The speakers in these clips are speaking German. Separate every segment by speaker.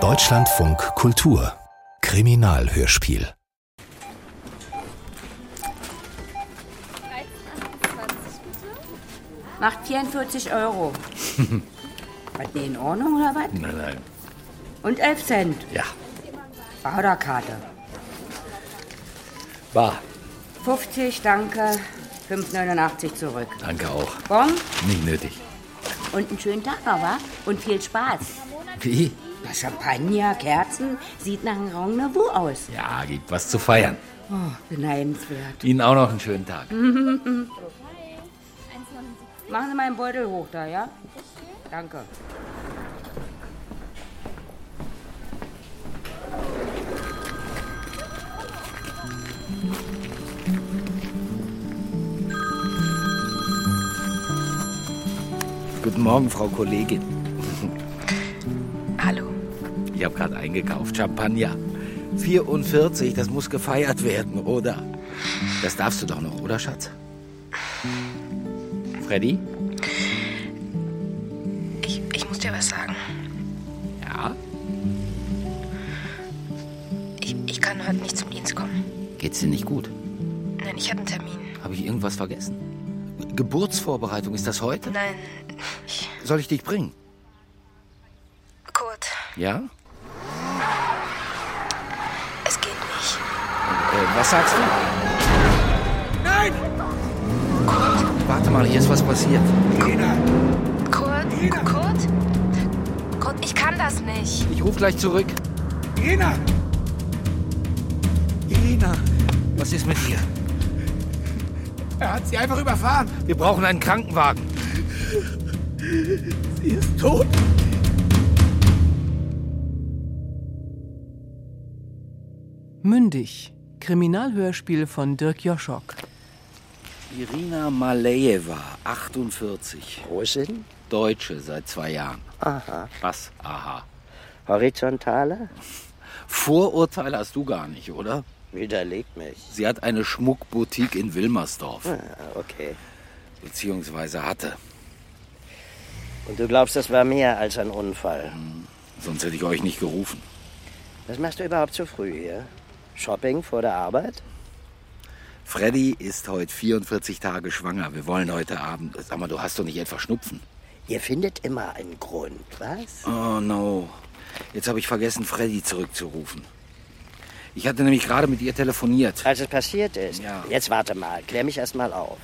Speaker 1: Deutschlandfunk Kultur Kriminalhörspiel
Speaker 2: Macht 44 Euro. War die in Ordnung oder was?
Speaker 3: Nein, nein.
Speaker 2: Und 11 Cent.
Speaker 3: Ja.
Speaker 2: Bar oder Karte?
Speaker 3: Bar.
Speaker 2: 50, danke. 5,89 zurück.
Speaker 3: Danke auch.
Speaker 2: Bon
Speaker 3: Nicht nötig.
Speaker 2: und einen schönen Tag noch, wa? Und viel Spaß.
Speaker 3: Wie?
Speaker 2: Na, Champagner, Kerzen, sieht nach einem Rang Nouveau aus.
Speaker 3: Ja, gibt was zu feiern.
Speaker 2: Oh, beneidenswert.
Speaker 3: Ihnen auch noch einen schönen Tag.
Speaker 2: Machen Sie meinen Beutel hoch da, ja? Danke.
Speaker 3: Guten Morgen, Frau Kollegin.
Speaker 4: Hallo.
Speaker 3: Ich habe gerade eingekauft. Champagner. 44, das muss gefeiert werden, oder? Das darfst du doch noch, oder, Schatz? Freddy?
Speaker 4: Ich, ich muss dir was sagen.
Speaker 3: Ja?
Speaker 4: Ich, ich kann heute nicht zum Dienst kommen.
Speaker 3: Geht's dir nicht gut?
Speaker 4: Nein, ich habe einen Termin.
Speaker 3: Habe ich irgendwas vergessen? Geburtsvorbereitung, ist das heute?
Speaker 4: Nein, ich.
Speaker 3: Soll ich dich bringen?
Speaker 4: Kurt,
Speaker 3: Ja?
Speaker 4: es geht nicht.
Speaker 3: Äh, was sagst du? Nein! Warte mal, hier ist was passiert.
Speaker 4: Kurt, Kurt? Kurt, ich kann das nicht.
Speaker 3: Ich rufe gleich zurück. Jena! Jena! Was ist mit dir?
Speaker 5: Er hat sie einfach überfahren.
Speaker 3: Wir brauchen einen Krankenwagen.
Speaker 5: Sie ist tot.
Speaker 6: Mündig. Kriminalhörspiel von Dirk Joschok.
Speaker 3: Irina Malejeva, 48.
Speaker 7: Russin,
Speaker 3: Deutsche seit zwei Jahren.
Speaker 7: aha,
Speaker 3: Was? Aha.
Speaker 7: horizontale,
Speaker 3: Vorurteile hast du gar nicht, oder?
Speaker 7: widerlegt mich.
Speaker 3: Sie hat eine Schmuckboutique in Wilmersdorf.
Speaker 7: Ah, Okay.
Speaker 3: Beziehungsweise hatte.
Speaker 7: Und du glaubst, das war mehr als ein Unfall.
Speaker 3: Sonst hätte ich euch nicht gerufen.
Speaker 7: Was machst du überhaupt so früh hier? Shopping vor der Arbeit?
Speaker 3: Freddy ist heute 44 Tage schwanger. Wir wollen heute Abend. Sag mal, du hast doch nicht etwa Schnupfen.
Speaker 7: Ihr findet immer einen Grund, was?
Speaker 3: Oh no. Jetzt habe ich vergessen, Freddy zurückzurufen. Ich hatte nämlich gerade mit ihr telefoniert.
Speaker 7: Als es passiert ist.
Speaker 3: Ja.
Speaker 7: Jetzt warte mal, klär mich erst mal auf.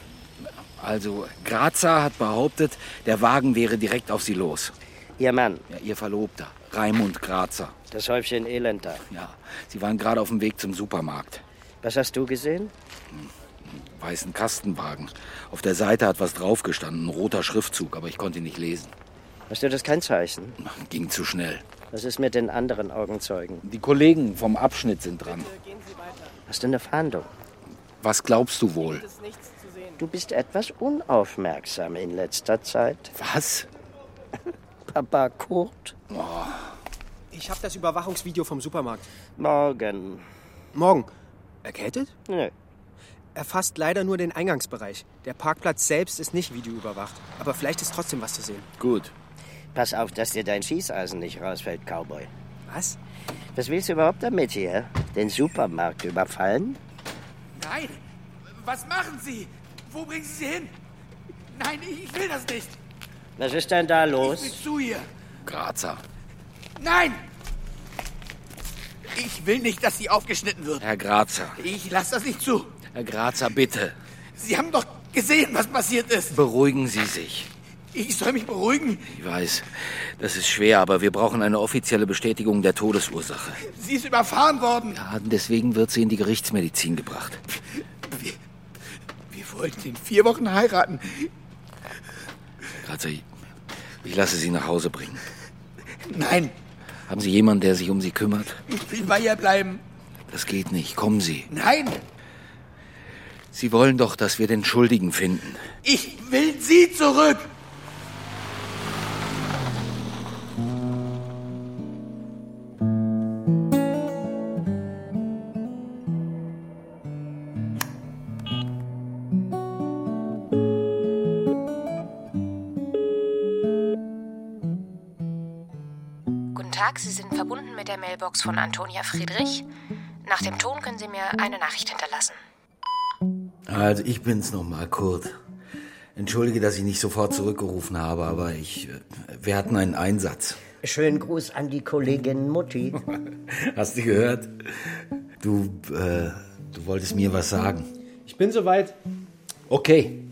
Speaker 3: Also, Grazer hat behauptet, der Wagen wäre direkt auf sie los.
Speaker 7: Ihr Mann,
Speaker 3: Ja, ihr Verlobter, Raimund Grazer.
Speaker 7: das Häufchen Elender.
Speaker 3: Ja, sie waren gerade auf dem Weg zum Supermarkt.
Speaker 7: Was hast du gesehen?
Speaker 3: Weißen Kastenwagen. Auf der Seite hat was draufgestanden, ein roter Schriftzug, aber ich konnte ihn nicht lesen.
Speaker 7: Hast du das Kennzeichen?
Speaker 3: Ging zu schnell.
Speaker 7: Was ist mit den anderen Augenzeugen?
Speaker 3: Die Kollegen vom Abschnitt sind dran.
Speaker 7: Hast du eine Fahndung?
Speaker 3: Was glaubst du wohl?
Speaker 7: Du bist etwas unaufmerksam in letzter Zeit.
Speaker 3: Was?
Speaker 7: Papa Kurt?
Speaker 8: Ich habe das Überwachungsvideo vom Supermarkt.
Speaker 7: Morgen.
Speaker 8: Morgen. Erkältet?
Speaker 7: Nö.
Speaker 8: Erfasst leider nur den Eingangsbereich. Der Parkplatz selbst ist nicht videoüberwacht. Aber vielleicht ist trotzdem was zu sehen.
Speaker 3: Gut.
Speaker 7: Pass auf, dass dir dein Schießeisen nicht rausfällt, Cowboy.
Speaker 8: Was?
Speaker 7: Was willst du überhaupt damit hier? Den Supermarkt überfallen?
Speaker 5: Nein. Was machen Sie? Wo bringen Sie sie hin? Nein, ich, ich will das nicht.
Speaker 7: Was ist denn da
Speaker 5: Ich will
Speaker 7: los?
Speaker 5: zu ihr.
Speaker 3: Grazer.
Speaker 5: Nein. Ich will nicht, dass sie aufgeschnitten wird.
Speaker 3: Herr Grazer.
Speaker 5: Ich lasse das nicht zu.
Speaker 3: Herr Grazer, bitte.
Speaker 5: Sie haben doch gesehen, was passiert ist.
Speaker 3: Beruhigen Sie sich.
Speaker 5: Ich soll mich beruhigen.
Speaker 3: Ich weiß, das ist schwer, aber wir brauchen eine offizielle Bestätigung der Todesursache.
Speaker 5: Sie ist überfahren worden.
Speaker 3: Ja, deswegen wird sie in die Gerichtsmedizin gebracht.
Speaker 5: Wir, wir wollten in vier Wochen heiraten.
Speaker 3: Herr Grazer, ich, ich lasse Sie nach Hause bringen.
Speaker 5: Nein,
Speaker 3: Haben Sie jemanden, der sich um Sie kümmert?
Speaker 5: ich will bei ihr bleiben.
Speaker 3: Das geht nicht. Kommen Sie.
Speaker 5: Nein,
Speaker 3: Sie wollen doch, dass wir den Schuldigen finden.
Speaker 5: ich will sie zurück.
Speaker 4: Vertrag. Sie sind verbunden mit der Mailbox von Antonia Friedrich. Nach dem Ton können Sie mir eine Nachricht hinterlassen.
Speaker 3: Also, ich bin's nochmal, Kurt. Entschuldige, dass ich nicht sofort zurückgerufen habe, aber ich, äh, wir hatten einen Einsatz.
Speaker 9: Schönen Gruß an die Kollegin Mutti.
Speaker 3: Hast du gehört? Du, äh, du wolltest mir was sagen.
Speaker 10: Ich bin soweit.
Speaker 3: Okay.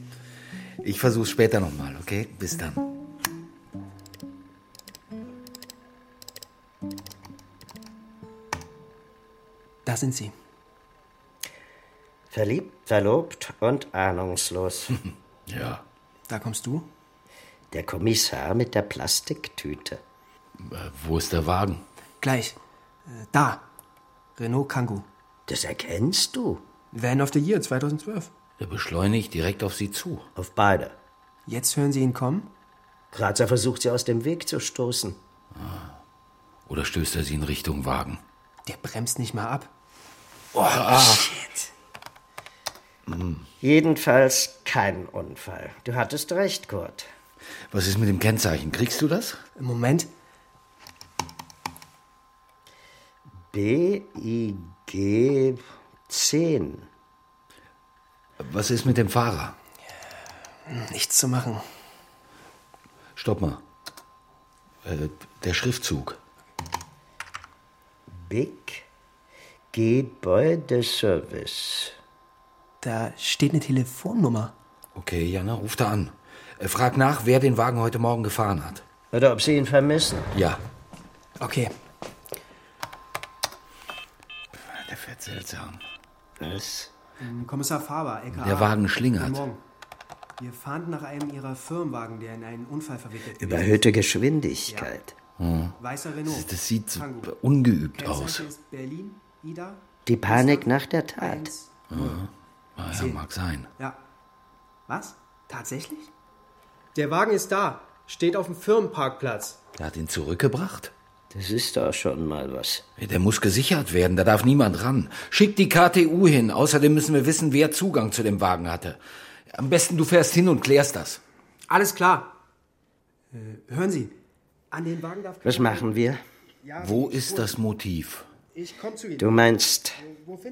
Speaker 3: Ich versuch's später nochmal, okay? Bis dann.
Speaker 6: Da sind sie.
Speaker 7: Verliebt, verlobt und ahnungslos.
Speaker 3: ja.
Speaker 6: Da kommst du?
Speaker 7: Der Kommissar mit der Plastiktüte.
Speaker 3: Äh, Wo ist der Wagen?
Speaker 6: Gleich. Äh, Da. Renault Kangoo.
Speaker 7: Das erkennst du.
Speaker 6: Van of the Year 2012.
Speaker 3: Er beschleunigt direkt auf sie zu.
Speaker 7: Auf beide.
Speaker 6: Jetzt hören sie ihn kommen?
Speaker 7: Grazer versucht sie aus dem Weg zu stoßen.
Speaker 3: Oder stößt er sie in Richtung Wagen?
Speaker 6: Der bremst nicht mal ab.
Speaker 3: Oh.
Speaker 6: Ah.
Speaker 3: Mhm.
Speaker 7: Jedenfalls kein Unfall. Du hattest recht, Kurt.
Speaker 3: Was ist mit dem Kennzeichen? Kriegst du das?
Speaker 6: Im Moment.
Speaker 7: BIG 10.
Speaker 3: Was ist mit dem Fahrer?
Speaker 6: Nichts zu machen.
Speaker 3: Stopp mal. Äh, der Schriftzug.
Speaker 7: Big Gebäudeservice.
Speaker 6: Da steht eine Telefonnummer.
Speaker 3: Okay, Jana, ruf da an. Äh, frag nach, wer den Wagen heute Morgen gefahren hat.
Speaker 7: Oder ob sie ihn vermissen.
Speaker 3: Ja.
Speaker 6: Okay.
Speaker 3: Der fährt seltsam.
Speaker 7: Was?
Speaker 8: Mhm. Kommissar Faber, LKA.
Speaker 3: Der Wagen schlingert.
Speaker 8: Guten Morgen. Wir fahnden nach einem Ihrer Firmenwagen, der in einen Unfall verwickelt gewesen
Speaker 7: Überhöhte Geschwindigkeit.
Speaker 8: ist. Weißer Renault.
Speaker 3: Das sieht so
Speaker 8: Tango.
Speaker 3: ungeübt
Speaker 8: Kennzeichen
Speaker 3: aus.
Speaker 8: ist Berlin, Ida.
Speaker 7: Die Panik nach der Tat.
Speaker 8: Eins.
Speaker 3: Ah, ja, mag sein.
Speaker 8: Ja. Was? Tatsächlich? Der Wagen ist da. Steht auf dem Firmenparkplatz.
Speaker 3: Er hat ihn zurückgebracht.
Speaker 7: Das ist doch schon mal was.
Speaker 3: Der muss gesichert werden, da darf niemand ran. Schick die KTU hin. Außerdem müssen wir wissen, wer Zugang zu dem Wagen hatte. Am besten du fährst hin und klärst das.
Speaker 8: Alles klar. Äh, hören Sie, an den Wagen darf
Speaker 7: Was machen wir?
Speaker 3: Wo ist das Motiv?
Speaker 8: Ich komme zu Ihnen.
Speaker 7: Du meinst,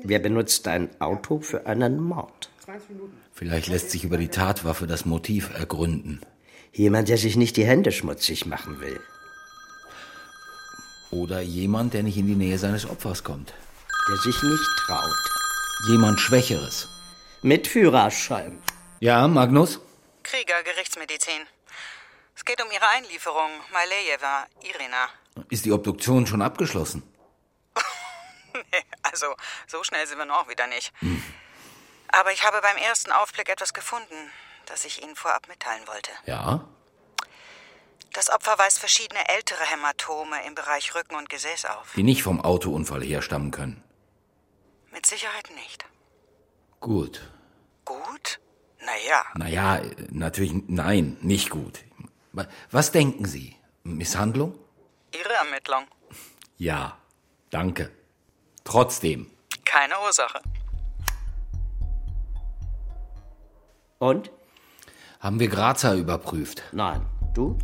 Speaker 7: wer benutzt ein Auto für einen Mord?
Speaker 8: 20 Minuten.
Speaker 3: Vielleicht lässt sich über die Tatwaffe das Motiv ergründen.
Speaker 7: Jemand, der sich nicht die Hände schmutzig machen will.
Speaker 3: Oder jemand, der nicht in die Nähe seines Opfers kommt.
Speaker 7: Der sich nicht traut.
Speaker 3: Jemand Schwächeres.
Speaker 7: Mit Führerschein.
Speaker 3: Ja, Magnus?
Speaker 11: Krieger, Gerichtsmedizin. Es geht um Ihre Einlieferung, Malejeva, Irina.
Speaker 3: Ist die Obduktion schon abgeschlossen?
Speaker 11: Also, so schnell sind wir noch wieder nicht. Aber ich habe beim ersten Aufblick etwas gefunden, das ich Ihnen vorab mitteilen wollte.
Speaker 3: Ja.
Speaker 11: Das Opfer weist verschiedene ältere Hämatome im Bereich Rücken und Gesäß auf.
Speaker 3: Die nicht vom Autounfall herstammen können.
Speaker 11: Mit Sicherheit nicht.
Speaker 3: Gut.
Speaker 11: Gut? Naja,
Speaker 3: Naja, natürlich, nein, nicht gut. Was denken Sie? Misshandlung?
Speaker 11: Ihre Ermittlung.
Speaker 3: Ja, danke. Trotzdem.
Speaker 11: Keine Ursache.
Speaker 7: Und?
Speaker 3: Haben wir Grazer überprüft. Ah.
Speaker 7: Nein. Du?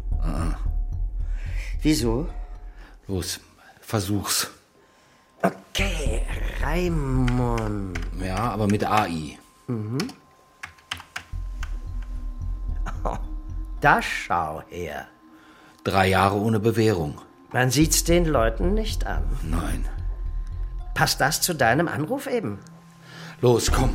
Speaker 7: Wieso?
Speaker 3: Los, versuch's.
Speaker 7: Okay, Raimund.
Speaker 3: Ja, aber mit AI.
Speaker 7: Mhm. Da schau her.
Speaker 3: Drei Jahre ohne Bewährung.
Speaker 7: Man sieht's den Leuten nicht an.
Speaker 3: Nein.
Speaker 7: Passt das zu deinem Anruf eben?
Speaker 3: Los, komm.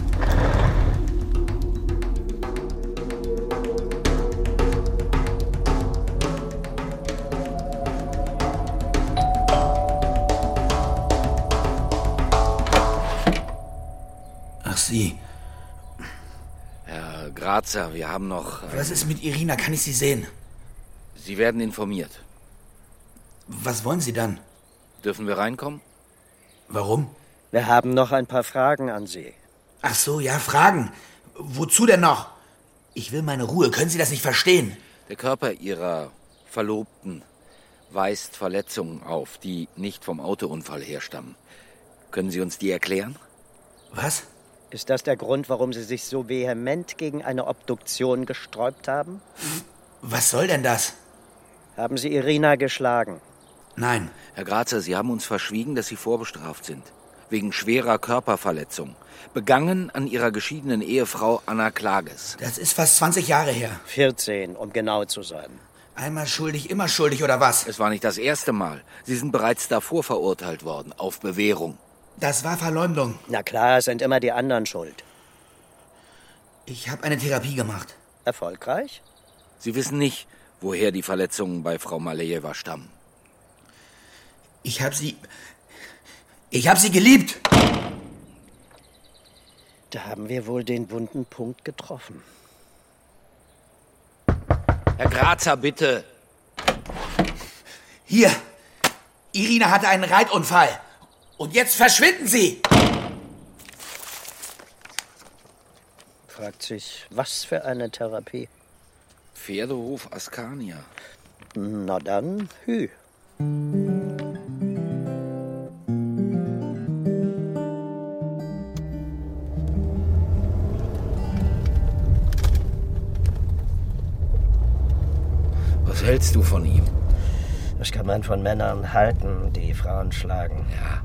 Speaker 5: Ach sie.
Speaker 3: Herr Grazer, wir haben noch. äh,
Speaker 5: Was ist mit Irina? Kann ich sie sehen?
Speaker 3: Sie werden informiert.
Speaker 5: Was wollen Sie dann?
Speaker 3: Dürfen wir reinkommen?
Speaker 5: Warum?
Speaker 7: Wir haben noch ein paar Fragen an Sie.
Speaker 5: Ach so, ja, Fragen. Wozu denn noch? Ich will meine Ruhe. Können Sie das nicht verstehen?
Speaker 3: Der Körper Ihrer Verlobten weist Verletzungen auf, die nicht vom Autounfall herstammen. Können Sie uns die erklären?
Speaker 5: Was?
Speaker 7: Ist das der Grund, warum Sie sich so vehement gegen eine Obduktion gesträubt haben?
Speaker 5: Was soll denn das?
Speaker 7: Haben Sie Irina geschlagen?
Speaker 3: Nein, Herr Grazer, Sie haben uns verschwiegen, dass Sie vorbestraft sind. Wegen schwerer Körperverletzung. Begangen an Ihrer geschiedenen Ehefrau Anna Klages.
Speaker 5: Das ist fast 20 Jahre her.
Speaker 7: 14, um genau zu sein.
Speaker 5: Einmal schuldig, immer schuldig, oder was?
Speaker 3: Es war nicht das erste Mal. Sie sind bereits davor verurteilt worden, auf Bewährung.
Speaker 5: Das war Verleumdung.
Speaker 7: Na klar, es sind immer die anderen schuld.
Speaker 5: Ich habe eine Therapie gemacht.
Speaker 7: Erfolgreich?
Speaker 3: Sie wissen nicht, woher die Verletzungen bei Frau Malejewa stammen.
Speaker 5: Ich habe sie. Ich habe sie geliebt.
Speaker 7: Da haben wir wohl den wunden Punkt getroffen.
Speaker 3: Herr Grazer, bitte.
Speaker 5: Hier. Irina hatte einen Reitunfall. Und jetzt verschwinden sie.
Speaker 7: Fragt sich, was für eine Therapie.
Speaker 3: Pferdehof Askania.
Speaker 7: Na dann, hü.
Speaker 3: Was hältst du von ihm?
Speaker 7: Das kann man von Männern halten, die Frauen schlagen.
Speaker 3: Ja.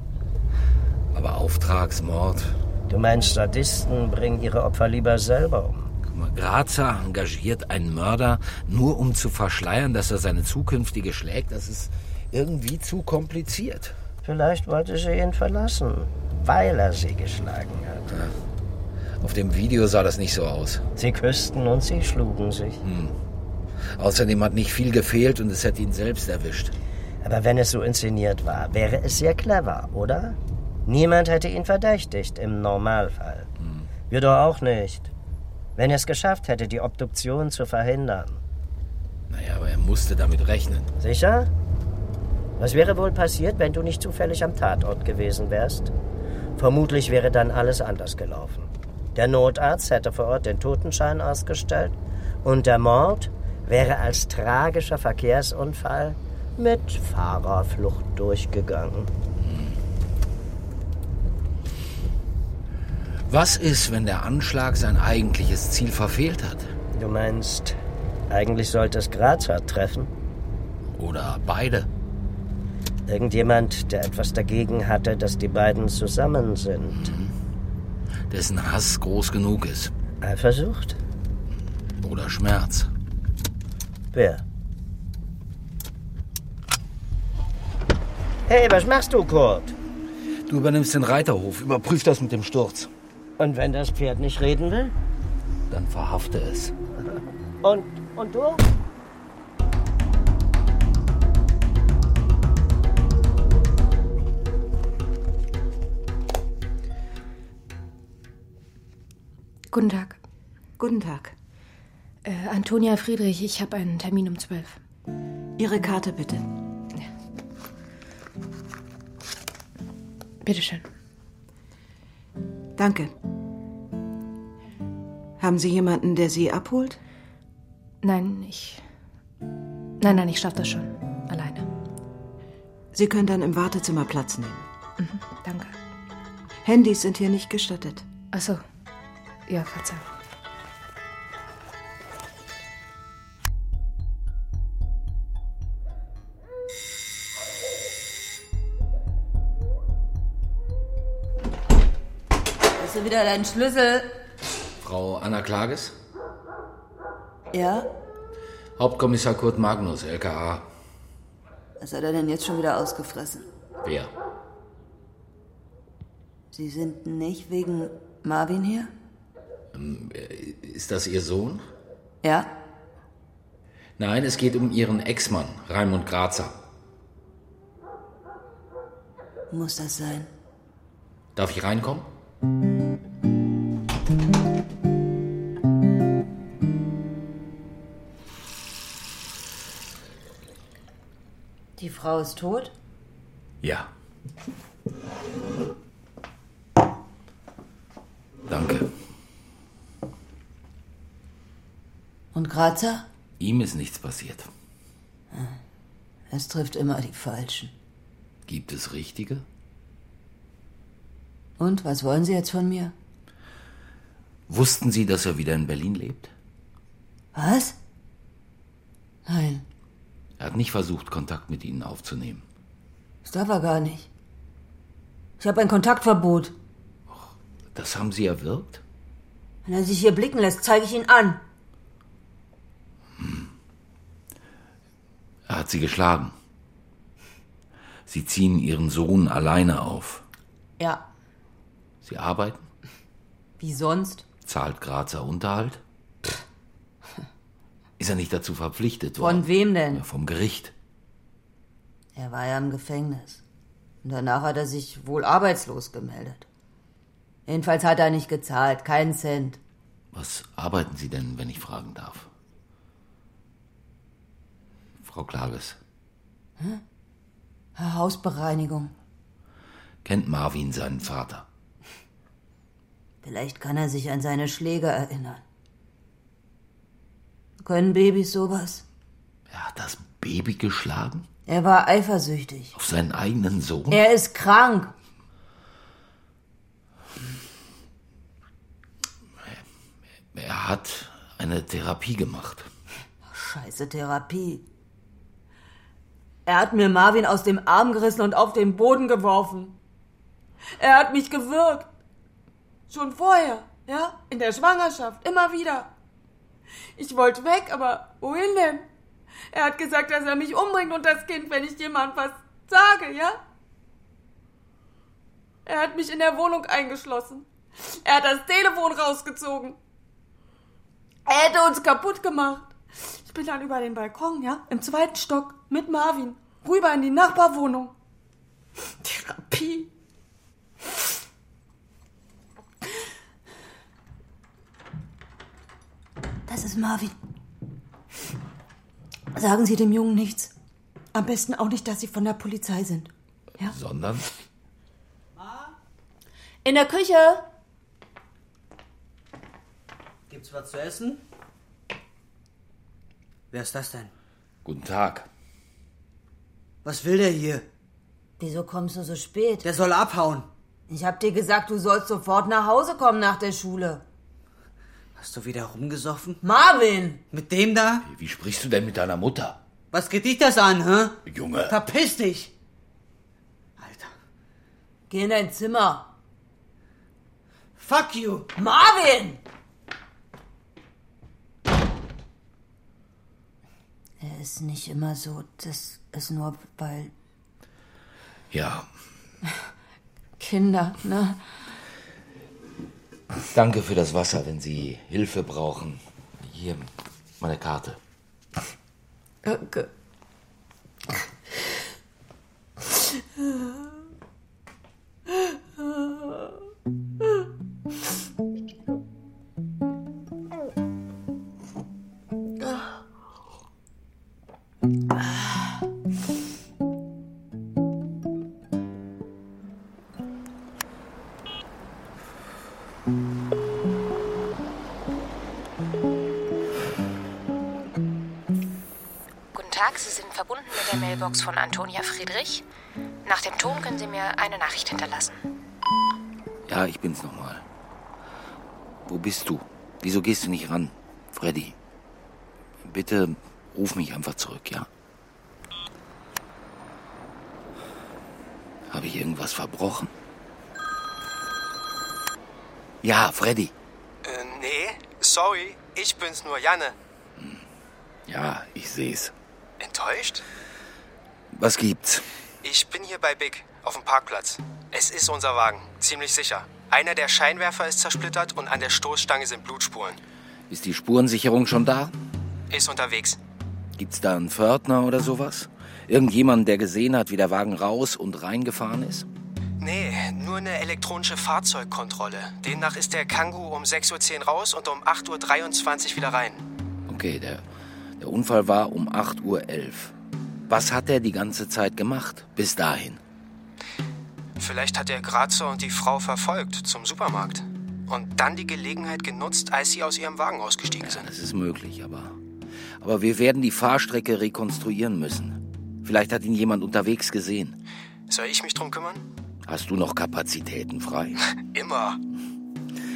Speaker 3: Aber Auftragsmord.
Speaker 7: Du meinst, Sadisten bringen ihre Opfer lieber selber um.
Speaker 3: Guck mal, Grazer engagiert einen Mörder, nur um zu verschleiern, dass er seine zukünftige schlägt. Das ist irgendwie zu kompliziert.
Speaker 7: Vielleicht wollte sie ihn verlassen, weil er sie geschlagen hat.
Speaker 3: Auf dem Video sah das nicht so aus. Hm.
Speaker 7: Sie küssten und sie schlugen sich.
Speaker 3: Außerdem hat nicht viel gefehlt und es hätte ihn selbst erwischt.
Speaker 7: Aber wenn es so inszeniert war, wäre es sehr clever, oder? Niemand hätte ihn verdächtigt im Normalfall.
Speaker 3: Hm.
Speaker 7: Wir doch auch nicht. Wenn er es geschafft hätte, die Obduktion zu verhindern.
Speaker 3: Naja, aber er musste damit rechnen.
Speaker 7: Sicher? Was wäre wohl passiert, wenn du nicht zufällig am Tatort gewesen wärst? Vermutlich wäre dann alles anders gelaufen. Der Notarzt hätte vor Ort den Totenschein ausgestellt und der Mord wäre als tragischer Verkehrsunfall mit Fahrerflucht durchgegangen.
Speaker 3: Was ist, wenn der Anschlag sein eigentliches Ziel verfehlt hat?
Speaker 7: Du meinst, eigentlich sollte es Grazer treffen?
Speaker 3: Oder beide?
Speaker 7: Irgendjemand, der etwas dagegen hatte, dass die beiden zusammen sind.
Speaker 3: Mhm. Dessen Hass groß genug ist.
Speaker 7: Eifersucht?
Speaker 3: Oder Schmerz.
Speaker 7: Wer? Hey, was machst du, Kurt?
Speaker 3: Du übernimmst den Reiterhof, überprüf das mit dem Sturz.
Speaker 7: Und wenn das Pferd nicht reden will?
Speaker 3: Dann verhafte es.
Speaker 7: Und, und du?
Speaker 4: Guten Tag.
Speaker 10: Guten Tag.
Speaker 4: Äh, Antonia Friedrich, ich habe einen Termin um zwölf.
Speaker 10: Ihre Karte bitte.
Speaker 4: Bitteschön.
Speaker 10: Danke. Haben Sie jemanden, der Sie abholt?
Speaker 4: Nein, ich. Nein, nein, ich schaffe das schon. Alleine.
Speaker 10: Sie können dann im Wartezimmer Platz nehmen.
Speaker 4: Mhm, danke.
Speaker 10: Handys sind hier nicht gestattet.
Speaker 4: Ach so. Ja, Verzeihung.
Speaker 11: Hast du wieder deinen Schlüssel?
Speaker 3: Frau Anna Klages?
Speaker 11: Ja?
Speaker 3: Hauptkommissar Kurt Magnus, LKA.
Speaker 11: Was hat er denn jetzt schon wieder ausgefressen?
Speaker 3: Wer?
Speaker 11: Sie sind nicht wegen Marvin hier?
Speaker 3: Ähm, äh, Ist das Ihr Sohn?
Speaker 11: Ja?
Speaker 3: Nein, es geht um Ihren Ex-Mann, Raimund Grazer.
Speaker 11: Muss das sein?
Speaker 3: Darf ich reinkommen?
Speaker 11: Die Frau ist tot?
Speaker 3: Ja. Danke.
Speaker 11: Und Grazer?
Speaker 3: Ihm ist nichts passiert.
Speaker 11: Es trifft immer die Falschen.
Speaker 3: Gibt es Richtige?
Speaker 11: Und was wollen Sie jetzt von mir?
Speaker 3: Wussten Sie, dass er wieder in Berlin lebt?
Speaker 11: Was? Nein.
Speaker 3: Er hat nicht versucht, Kontakt mit Ihnen aufzunehmen.
Speaker 12: Das darf er gar nicht. Ich habe ein Kontaktverbot.
Speaker 3: Das haben Sie erwirkt?
Speaker 12: Wenn er sich hier blicken lässt, zeige ich ihn an.
Speaker 3: Er hat sie geschlagen. Sie ziehen ihren Sohn alleine auf.
Speaker 12: Ja,
Speaker 3: Sie arbeiten,
Speaker 12: wie sonst?
Speaker 3: zahlt Grazer Unterhalt. Ist er nicht dazu verpflichtet worden?
Speaker 12: Von wem denn?
Speaker 3: Ja, vom Gericht.
Speaker 12: Er war ja im Gefängnis. Und danach hat er sich wohl arbeitslos gemeldet. Jedenfalls hat er nicht gezahlt, keinen Cent.
Speaker 3: Was arbeiten Sie denn, wenn ich fragen darf? Frau Klages,
Speaker 12: Hä? Hausbereinigung.
Speaker 3: kennt Marvin seinen Vater?
Speaker 12: Vielleicht kann er sich an seine Schläge erinnern. Können Babys sowas?
Speaker 3: Er hat das Baby geschlagen?
Speaker 12: Er war eifersüchtig.
Speaker 3: Auf seinen eigenen Sohn?
Speaker 12: Er ist krank.
Speaker 3: Er hat eine Therapie gemacht.
Speaker 12: Scheiße Therapie. Er hat mir Marvin aus dem Arm gerissen und auf den Boden geworfen. Er hat mich gewürgt. Schon vorher, ja? In der Schwangerschaft, immer wieder. Ich wollte weg, aber wohin denn? Er hat gesagt, dass er mich umbringt und das Kind, wenn ich jemand was sage, ja? Er hat mich in der Wohnung eingeschlossen. Er hat das Telefon rausgezogen. Er hätte uns kaputt gemacht. Ich bin dann über den Balkon, ja, im zweiten Stock mit Marvin rüber in die Nachbarwohnung. Therapie. Das ist Marvin. Sagen Sie dem Jungen nichts. Am besten auch nicht, dass Sie von der Polizei sind. Ja?
Speaker 3: Sondern?
Speaker 12: In der Küche.
Speaker 6: Gibt's was zu essen? Wer ist das denn?
Speaker 3: Guten Tag.
Speaker 6: Was will der hier?
Speaker 12: Wieso kommst du so spät?
Speaker 6: Der soll abhauen.
Speaker 12: Ich hab dir gesagt, du sollst sofort nach Hause kommen nach der Schule.
Speaker 6: Hast du wieder rumgesoffen?
Speaker 12: Marvin!
Speaker 6: Mit dem da?
Speaker 3: Wie sprichst du denn Äh, mit deiner Mutter?
Speaker 6: Was geht dich das an, hä?
Speaker 3: Junge.
Speaker 6: Verpiss dich!
Speaker 12: Geh in dein Zimmer.
Speaker 6: Fuck you!
Speaker 12: Marvin! Er ist nicht immer so. Das ist nur, weil
Speaker 3: Ja,
Speaker 12: Kinder, ne?
Speaker 3: danke für das Wasser, wenn Sie Hilfe brauchen. Hier, meine Karte.
Speaker 12: Danke.
Speaker 4: Guten Tag, Sie sind verbunden mit der Mailbox von Antonia Friedrich. Nach dem Ton können Sie mir eine Nachricht hinterlassen.
Speaker 3: Ja, ich bin's nochmal. Wo bist du? Wieso gehst du nicht ran, Freddy? Bitte ruf mich einfach zurück, ja? Habe ich irgendwas verbrochen? Ja, Freddy.
Speaker 8: Äh, nee, sorry, ich bin's nur, Janne.
Speaker 3: Ja, ich seh's.
Speaker 8: Enttäuscht?
Speaker 3: Was gibt's?
Speaker 8: Ich bin hier bei Big, auf dem Parkplatz. Es ist unser Wagen, ziemlich sicher. Einer der Scheinwerfer ist zersplittert und an der Stoßstange sind Blutspuren.
Speaker 3: Ist die Spurensicherung schon da?
Speaker 8: Ist unterwegs.
Speaker 3: Gibt's da einen Pförtner oder sowas? Irgendjemand, der gesehen hat, wie der Wagen raus und reingefahren ist?
Speaker 8: Nee, nur eine elektronische Fahrzeugkontrolle. Demnach ist der Kangoo um 6.10 Uhr raus und um 8.23 Uhr wieder rein.
Speaker 3: Okay, der, der Unfall war um 8.11 Uhr. Was hat er die ganze Zeit gemacht? Bis dahin.
Speaker 8: Vielleicht hat der Grazer und die Frau verfolgt zum Supermarkt. Und dann die Gelegenheit genutzt, als sie aus ihrem Wagen ausgestiegen sind.
Speaker 3: Das ist möglich, aber. Aber wir werden die Fahrstrecke rekonstruieren müssen. Vielleicht hat ihn jemand unterwegs gesehen.
Speaker 8: Soll ich mich drum kümmern?
Speaker 3: Hast du noch Kapazitäten frei?
Speaker 8: Immer.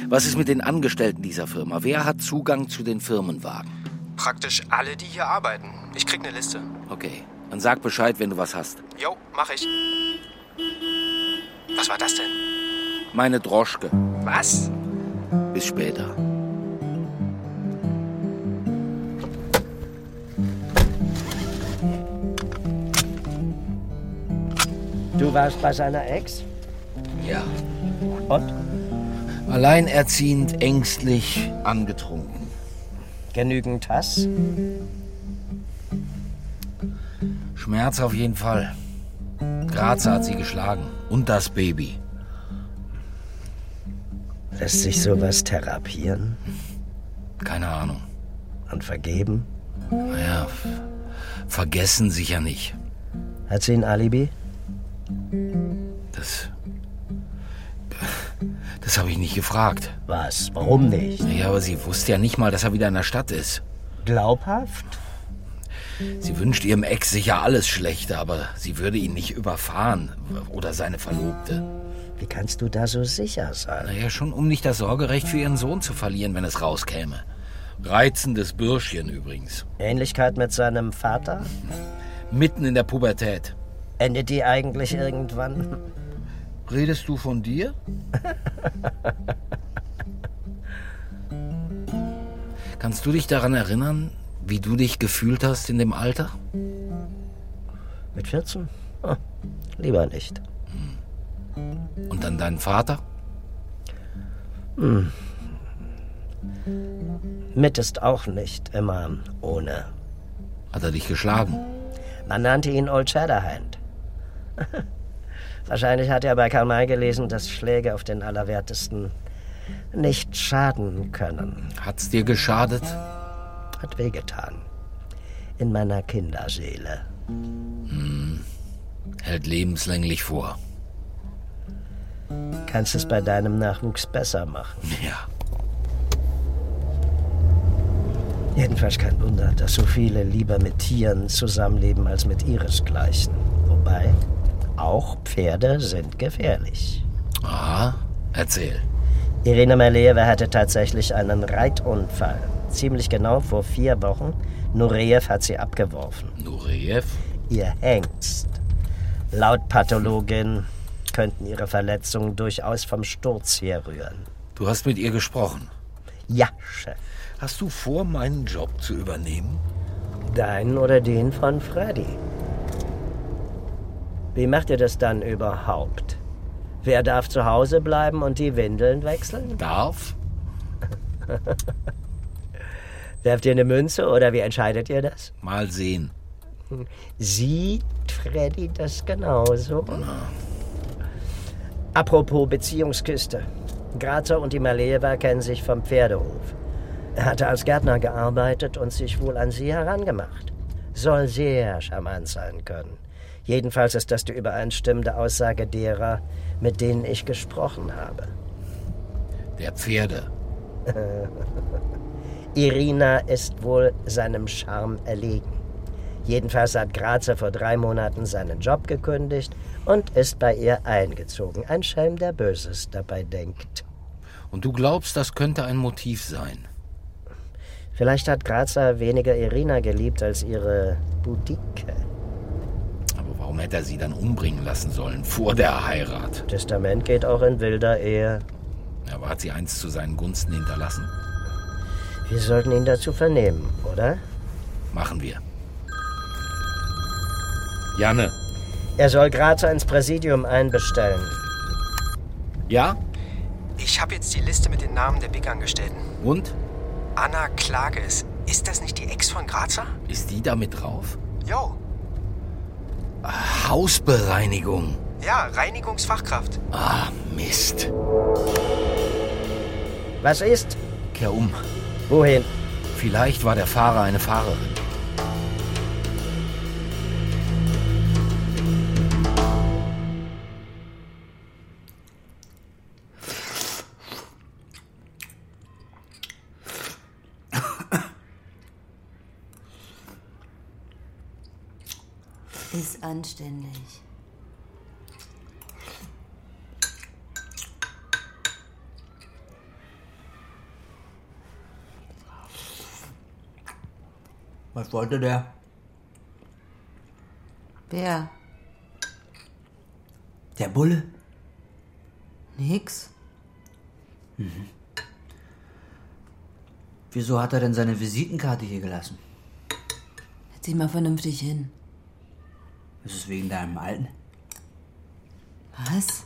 Speaker 3: Was ist mit den Angestellten dieser Firma? Wer hat Zugang zu den Firmenwagen?
Speaker 8: Praktisch alle, die hier arbeiten. Ich krieg eine Liste.
Speaker 3: Okay. Dann sag Bescheid, wenn du was hast.
Speaker 8: Jo, mach ich. Was war das denn?
Speaker 3: Meine Droschke.
Speaker 8: Was?
Speaker 3: Bis später.
Speaker 7: Du warst bei seiner Ex?
Speaker 3: Ja.
Speaker 7: Und?
Speaker 3: Alleinerziehend, ängstlich, angetrunken.
Speaker 7: Genügend Hass?
Speaker 3: Schmerz auf jeden Fall. Grazer hat sie geschlagen. Und das Baby.
Speaker 7: Lässt sich sowas therapieren
Speaker 3: Keine Ahnung.
Speaker 7: und vergeben?
Speaker 3: Naja, vergessen sicher nicht.
Speaker 7: Hat sie ein Alibi?
Speaker 3: Das. Das habe ich nicht gefragt.
Speaker 7: Was? Warum nicht?
Speaker 3: Ja, aber sie wusste ja nicht mal, dass er wieder in der Stadt ist.
Speaker 7: Glaubhaft?
Speaker 3: Sie wünscht ihrem Ex sicher alles Schlechte, aber sie würde ihn nicht überfahren. Oder seine Verlobte.
Speaker 7: Wie kannst du da so sicher sein?
Speaker 3: Naja, schon um nicht das Sorgerecht für ihren Sohn zu verlieren, wenn es rauskäme. Reizendes Bürschchen übrigens.
Speaker 7: Ähnlichkeit mit seinem Vater?
Speaker 3: Mitten in der Pubertät.
Speaker 7: Endet die eigentlich irgendwann?
Speaker 3: Redest du von dir? Kannst du dich daran erinnern, wie du dich gefühlt hast in dem Alter?
Speaker 7: Mit 14? Hm, lieber nicht.
Speaker 3: Und dann deinen Vater?
Speaker 7: Hm. Mit ist auch nicht immer ohne.
Speaker 3: Hat er dich geschlagen?
Speaker 7: Man nannte ihn Old Shatterhand. Wahrscheinlich hat er bei Karl May gelesen, dass Schläge auf den Allerwertesten nicht schaden können.
Speaker 3: Hat's dir geschadet?
Speaker 7: Hat wehgetan. In meiner Kinderseele.
Speaker 3: Hm. Hält lebenslänglich vor.
Speaker 7: Kannst es bei deinem Nachwuchs besser machen.
Speaker 3: Ja.
Speaker 7: Jedenfalls kein Wunder, dass so viele lieber mit Tieren zusammenleben als mit ihresgleichen. Wobei, auch Pferde sind gefährlich.
Speaker 3: Aha, erzähl.
Speaker 7: Irene Maleeva hatte tatsächlich einen Reitunfall. Ziemlich genau vor vier Wochen. Nureyev hat sie abgeworfen.
Speaker 3: Nureyev?
Speaker 7: Ihr Hengst. Laut Pathologin könnten ihre Verletzungen durchaus vom Sturz herrühren.
Speaker 3: Du hast mit ihr gesprochen.
Speaker 7: Ja, Chef.
Speaker 3: Hast du vor, meinen Job zu übernehmen?
Speaker 7: Deinen oder den von Freddy? Wie macht ihr das dann überhaupt? Wer darf zu Hause bleiben und die Windeln wechseln?
Speaker 3: Darf?
Speaker 7: Werft ihr eine Münze oder wie entscheidet ihr das?
Speaker 3: Mal sehen.
Speaker 7: Sieht Freddy das genauso? Apropos Beziehungskiste. Grazer und die Maleva kennen sich vom Pferdehof. Er hatte als Gärtner gearbeitet und sich wohl an sie herangemacht. Soll sehr charmant sein können. Jedenfalls ist das die übereinstimmende Aussage derer, mit denen ich gesprochen habe.
Speaker 3: Der Pferde.
Speaker 7: Irina ist wohl seinem Charme erlegen. Jedenfalls hat Grazer vor drei Monaten seinen Job gekündigt und ist bei ihr eingezogen. Ein Schelm, der Böses dabei denkt.
Speaker 3: Und du glaubst, das könnte ein Motiv sein.
Speaker 7: Vielleicht hat Grazer weniger Irina geliebt als ihre Boutique.
Speaker 3: Aber warum hätte er sie dann umbringen lassen sollen? Vor der Heirat.
Speaker 7: Testament geht auch in wilder Ehe.
Speaker 3: Aber hat sie eins zu seinen Gunsten hinterlassen?
Speaker 7: Wir sollten ihn dazu vernehmen, oder?
Speaker 3: Machen wir. Janne.
Speaker 7: Er soll Grazer ins Präsidium einbestellen.
Speaker 3: Ja?
Speaker 8: Ich habe jetzt die Liste mit den Namen der Big-Angestellten.
Speaker 3: Und?
Speaker 8: Anna Klages. Ist das nicht die Ex von Grazer?
Speaker 3: Ist die da mit drauf?
Speaker 8: Jo.
Speaker 3: Hausbereinigung.
Speaker 8: Ja, Reinigungsfachkraft.
Speaker 3: Ah, Mist.
Speaker 7: Was ist?
Speaker 3: Kehr um.
Speaker 7: Wohin?
Speaker 3: Vielleicht war der Fahrer eine Fahrerin.
Speaker 13: Ist anständig.
Speaker 12: Was wollte der? Wer?
Speaker 14: Der Bulle?
Speaker 12: Nix.
Speaker 15: Mhm. Wieso hat er denn seine Visitenkarte hier gelassen?
Speaker 12: Zieh mal vernünftig hin.
Speaker 15: Ist es wegen deinem Alten?
Speaker 12: Was?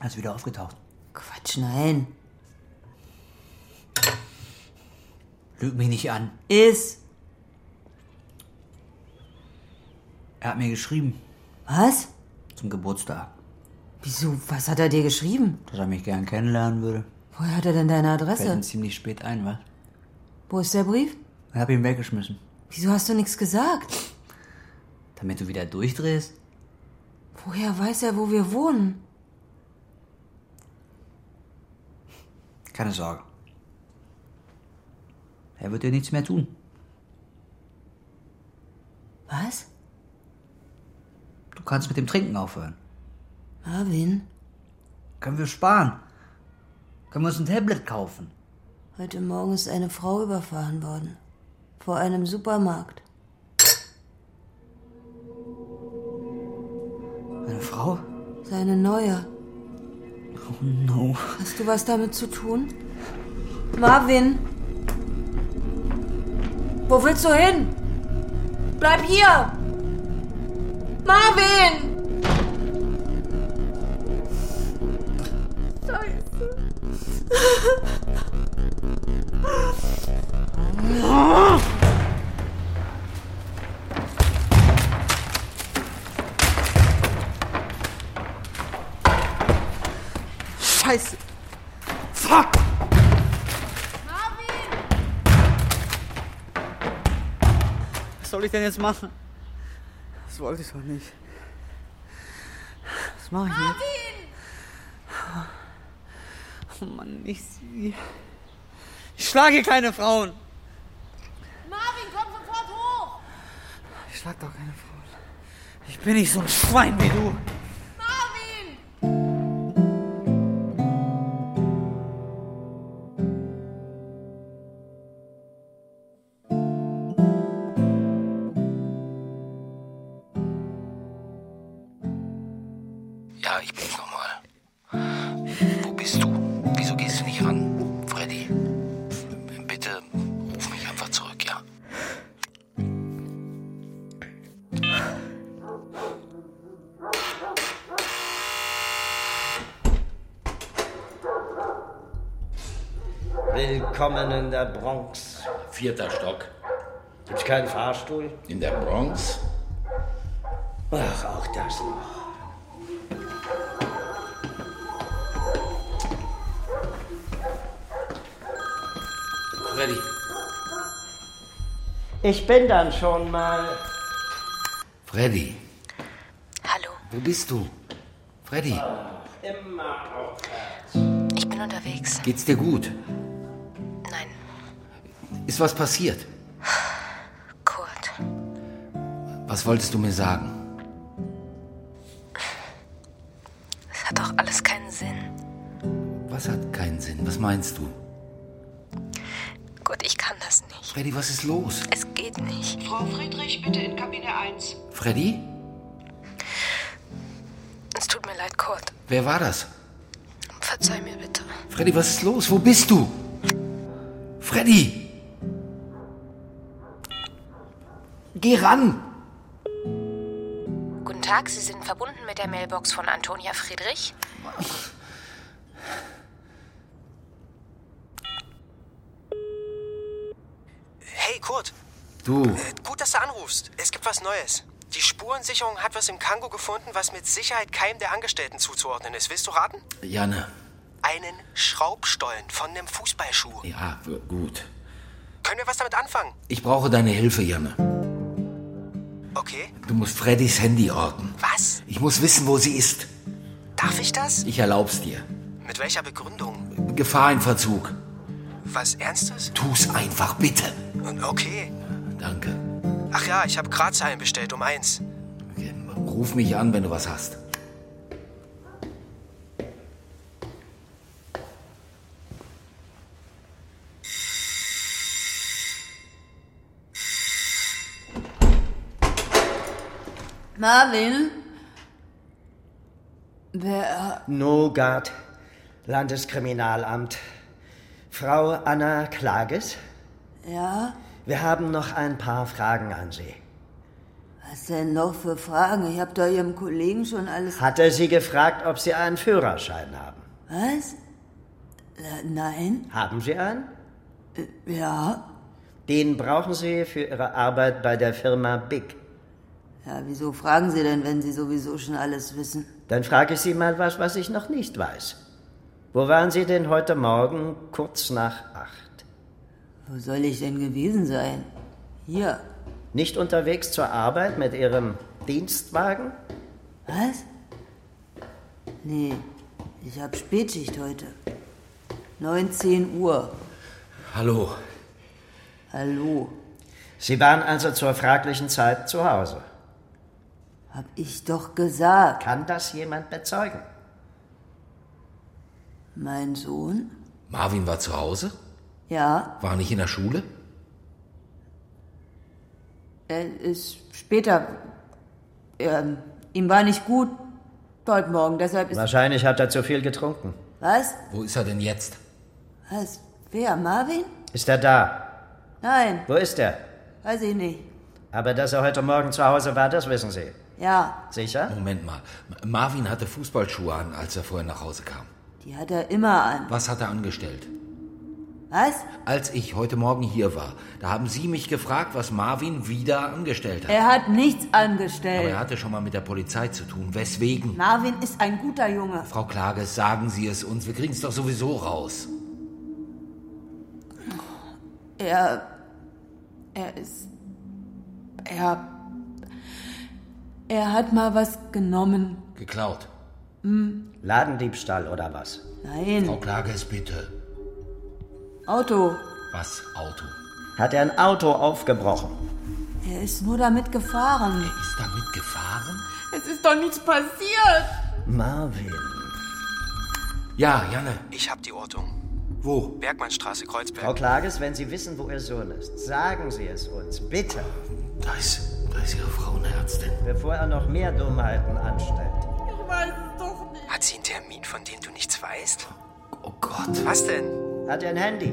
Speaker 15: Er ist wieder aufgetaucht.
Speaker 12: Quatsch, nein.
Speaker 15: Lüg mich nicht an.
Speaker 12: Ist.
Speaker 15: Er hat mir geschrieben.
Speaker 12: Was?
Speaker 15: Zum Geburtstag.
Speaker 12: Wieso? Was hat er dir geschrieben?
Speaker 15: Dass er mich gern kennenlernen würde.
Speaker 12: Woher hat er denn deine
Speaker 15: Fällt
Speaker 12: Adresse?
Speaker 15: ihm ziemlich spät ein, was?
Speaker 12: Wo ist der Brief?
Speaker 15: Ich hab ihn weggeschmissen.
Speaker 12: Wieso hast du nichts gesagt?
Speaker 15: Damit du wieder durchdrehst?
Speaker 12: Woher weiß er, wo wir wohnen?
Speaker 15: Keine Sorge. Er wird dir nichts mehr tun.
Speaker 12: Was?
Speaker 15: Du kannst mit dem Trinken aufhören.
Speaker 12: Marvin,
Speaker 15: Können wir sparen? Können wir uns ein Tablet kaufen?
Speaker 12: heute Morgen ist eine Frau überfahren worden. Vor einem Supermarkt.
Speaker 15: Eine Frau?
Speaker 12: Seine neue.
Speaker 15: Oh no.
Speaker 12: Hast du was damit zu tun? Marvin! Wo willst du hin? Bleib hier! Marvin!
Speaker 16: Scheiße. Fuck!
Speaker 15: Was soll ich denn jetzt machen? Das wollte ich doch nicht. Was mache ich jetzt? Oh Mann, nicht sie. Ich schlage keine Frauen.
Speaker 17: Marvin, komm sofort hoch!
Speaker 15: Ich schlag doch keine Frauen. Ich bin nicht so ein Schwein wie du.
Speaker 17: Marvin!
Speaker 3: Ja, ich bin's nochmal. Wo bist du? Wieso gehst du nicht ran, Freddy? Bitte ruf mich einfach zurück, ja?
Speaker 7: Willkommen in der Bronx.
Speaker 3: Vierter Stock.
Speaker 7: Gibt's keinen Fahrstuhl?
Speaker 3: In der Bronx?
Speaker 7: Ach, auch das noch.
Speaker 3: Freddy.
Speaker 7: Ich bin dann schon mal.
Speaker 3: Freddy. Hallo. Wo bist du? Freddy,
Speaker 18: Ich bin unterwegs.
Speaker 3: geht's dir gut?
Speaker 18: Nein.
Speaker 3: Ist was passiert?
Speaker 18: Kurt.
Speaker 3: Was wolltest du mir sagen?
Speaker 18: Es hat doch alles keinen Sinn.
Speaker 3: Was hat keinen Sinn? Was meinst du?
Speaker 18: Kurt, ich kann das nicht.
Speaker 3: Freddy, was ist los?
Speaker 18: Es geht nicht.
Speaker 19: Frau Friedrich, bitte in Kabine 1.
Speaker 3: Freddy?
Speaker 18: Es tut mir leid, Kurt.
Speaker 3: Wer war das?
Speaker 18: Verzeih mir bitte.
Speaker 3: Freddy, was ist los? Wo bist du? Freddy! Geh ran!
Speaker 18: Guten Tag, Sie sind verbunden mit der Mailbox von Antonia Friedrich.
Speaker 8: Hey Kurt,
Speaker 3: Du,
Speaker 8: gut, dass du anrufst. Es gibt was Neues. Die Spurensicherung hat was im Kango gefunden, was mit Sicherheit keinem der Angestellten zuzuordnen ist. Willst du raten?
Speaker 3: Janne.
Speaker 8: Einen Schraubstollen von einem Fußballschuh.
Speaker 3: Ja, w- gut.
Speaker 8: Können wir was damit anfangen?
Speaker 3: Ich brauche deine Hilfe, Janne.
Speaker 8: Okay.
Speaker 3: Du musst Freddys Handy orten.
Speaker 8: Was?
Speaker 3: Ich muss wissen, wo sie ist.
Speaker 8: Darf ich das?
Speaker 3: Ich erlaub's dir.
Speaker 8: Mit welcher Begründung?
Speaker 3: Gefahr im Verzug.
Speaker 8: Was Ernstes?
Speaker 3: Tu's einfach, bitte.
Speaker 8: Okay.
Speaker 3: Danke.
Speaker 8: Ach ja, ich habe Grazheim bestellt um eins.
Speaker 3: Ruf mich an, wenn du was hast.
Speaker 12: Marvin? Wer?
Speaker 7: Nogard, Landeskriminalamt. Frau Anna Klages,
Speaker 12: Ja?
Speaker 7: wir haben noch ein paar Fragen an Sie.
Speaker 12: Was denn noch für Fragen? Ich hab da Ihrem Kollegen schon alles.
Speaker 7: Hat er Sie gefragt, ob Sie einen Führerschein haben?
Speaker 12: Was? Äh, Nein?
Speaker 7: Haben Sie einen?
Speaker 12: Äh, Ja?
Speaker 7: Den brauchen Sie für Ihre Arbeit bei der Firma Big.
Speaker 12: Ja, wieso fragen Sie denn, wenn Sie sowieso schon alles wissen?
Speaker 7: Dann frage ich Sie mal was, was ich noch nicht weiß. Wo waren Sie denn heute Morgen kurz nach acht?
Speaker 12: Wo soll ich denn gewesen sein? Hier.
Speaker 7: Nicht unterwegs zur Arbeit mit Ihrem Dienstwagen?
Speaker 12: Was? Nee, ich hab Spätschicht heute. 19 Uhr.
Speaker 7: Hallo.
Speaker 12: Hallo.
Speaker 7: Sie waren also zur fraglichen Zeit zu Hause.
Speaker 12: Hab ich doch gesagt.
Speaker 7: Kann das jemand bezeugen?
Speaker 12: Mein Sohn?
Speaker 3: Marvin war zu Hause?
Speaker 12: Ja,
Speaker 3: War nicht in der Schule?
Speaker 12: er ist später. Ähm, ihm war nicht gut heute Morgen, deshalb ist.
Speaker 7: Wahrscheinlich hat er zu viel getrunken.
Speaker 12: Was?
Speaker 7: Wo ist er denn jetzt?
Speaker 12: Was? Wer? Marvin?
Speaker 7: Ist er da?
Speaker 12: Nein,
Speaker 7: Wo ist er?
Speaker 12: weiß ich nicht.
Speaker 7: Aber dass er heute Morgen zu Hause war, das wissen Sie.
Speaker 12: Ja,
Speaker 7: Sicher?
Speaker 3: Moment mal. M- Marvin hatte Fußballschuhe an, als er vorher nach Hause kam.
Speaker 12: die hat er immer an.
Speaker 3: Was hat er angestellt?
Speaker 12: Was?
Speaker 3: Als ich heute Morgen hier war, da haben Sie mich gefragt, was Marvin wieder angestellt
Speaker 20: Äh.
Speaker 3: hat.
Speaker 12: Er hat nichts
Speaker 3: Aber
Speaker 12: angestellt.
Speaker 3: er hatte schon mal mit der Polizei zu tun. Weswegen?
Speaker 12: Marvin ist ein guter Junge.
Speaker 3: Frau Klages, sagen Sie es uns. Wir kriegen es doch sowieso raus.
Speaker 12: Er. Er ist. Er. Er hat mal was genommen.
Speaker 3: Geklaut.
Speaker 12: Hm,
Speaker 7: Ladendiebstahl oder was?
Speaker 12: nein.
Speaker 3: Klages, bitte.
Speaker 12: Auto.
Speaker 3: Was? Auto?
Speaker 7: Hat er ein Auto aufgebrochen?
Speaker 12: Er ist nur damit gefahren. Er
Speaker 3: ist damit gefahren?
Speaker 12: Es ist doch nichts passiert.
Speaker 7: Marvin.
Speaker 3: Ja, Janne.
Speaker 21: Ich hab die Ortung.
Speaker 3: Wo?
Speaker 21: Bergmannstraße, Kreuzberg.
Speaker 7: Frau Klages, wenn Sie wissen, wo Ihr Sohn ist, sagen Sie es uns, bitte.
Speaker 3: Da ist, da ist Ihre Frauenärztin.
Speaker 7: Bevor er noch mehr Dummheiten anstellt.
Speaker 21: Ich weiß es doch nicht. Hat sie einen Termin, von dem du nichts weißt?
Speaker 3: Oh Gott.
Speaker 21: Was denn?
Speaker 7: Hat er ein Handy?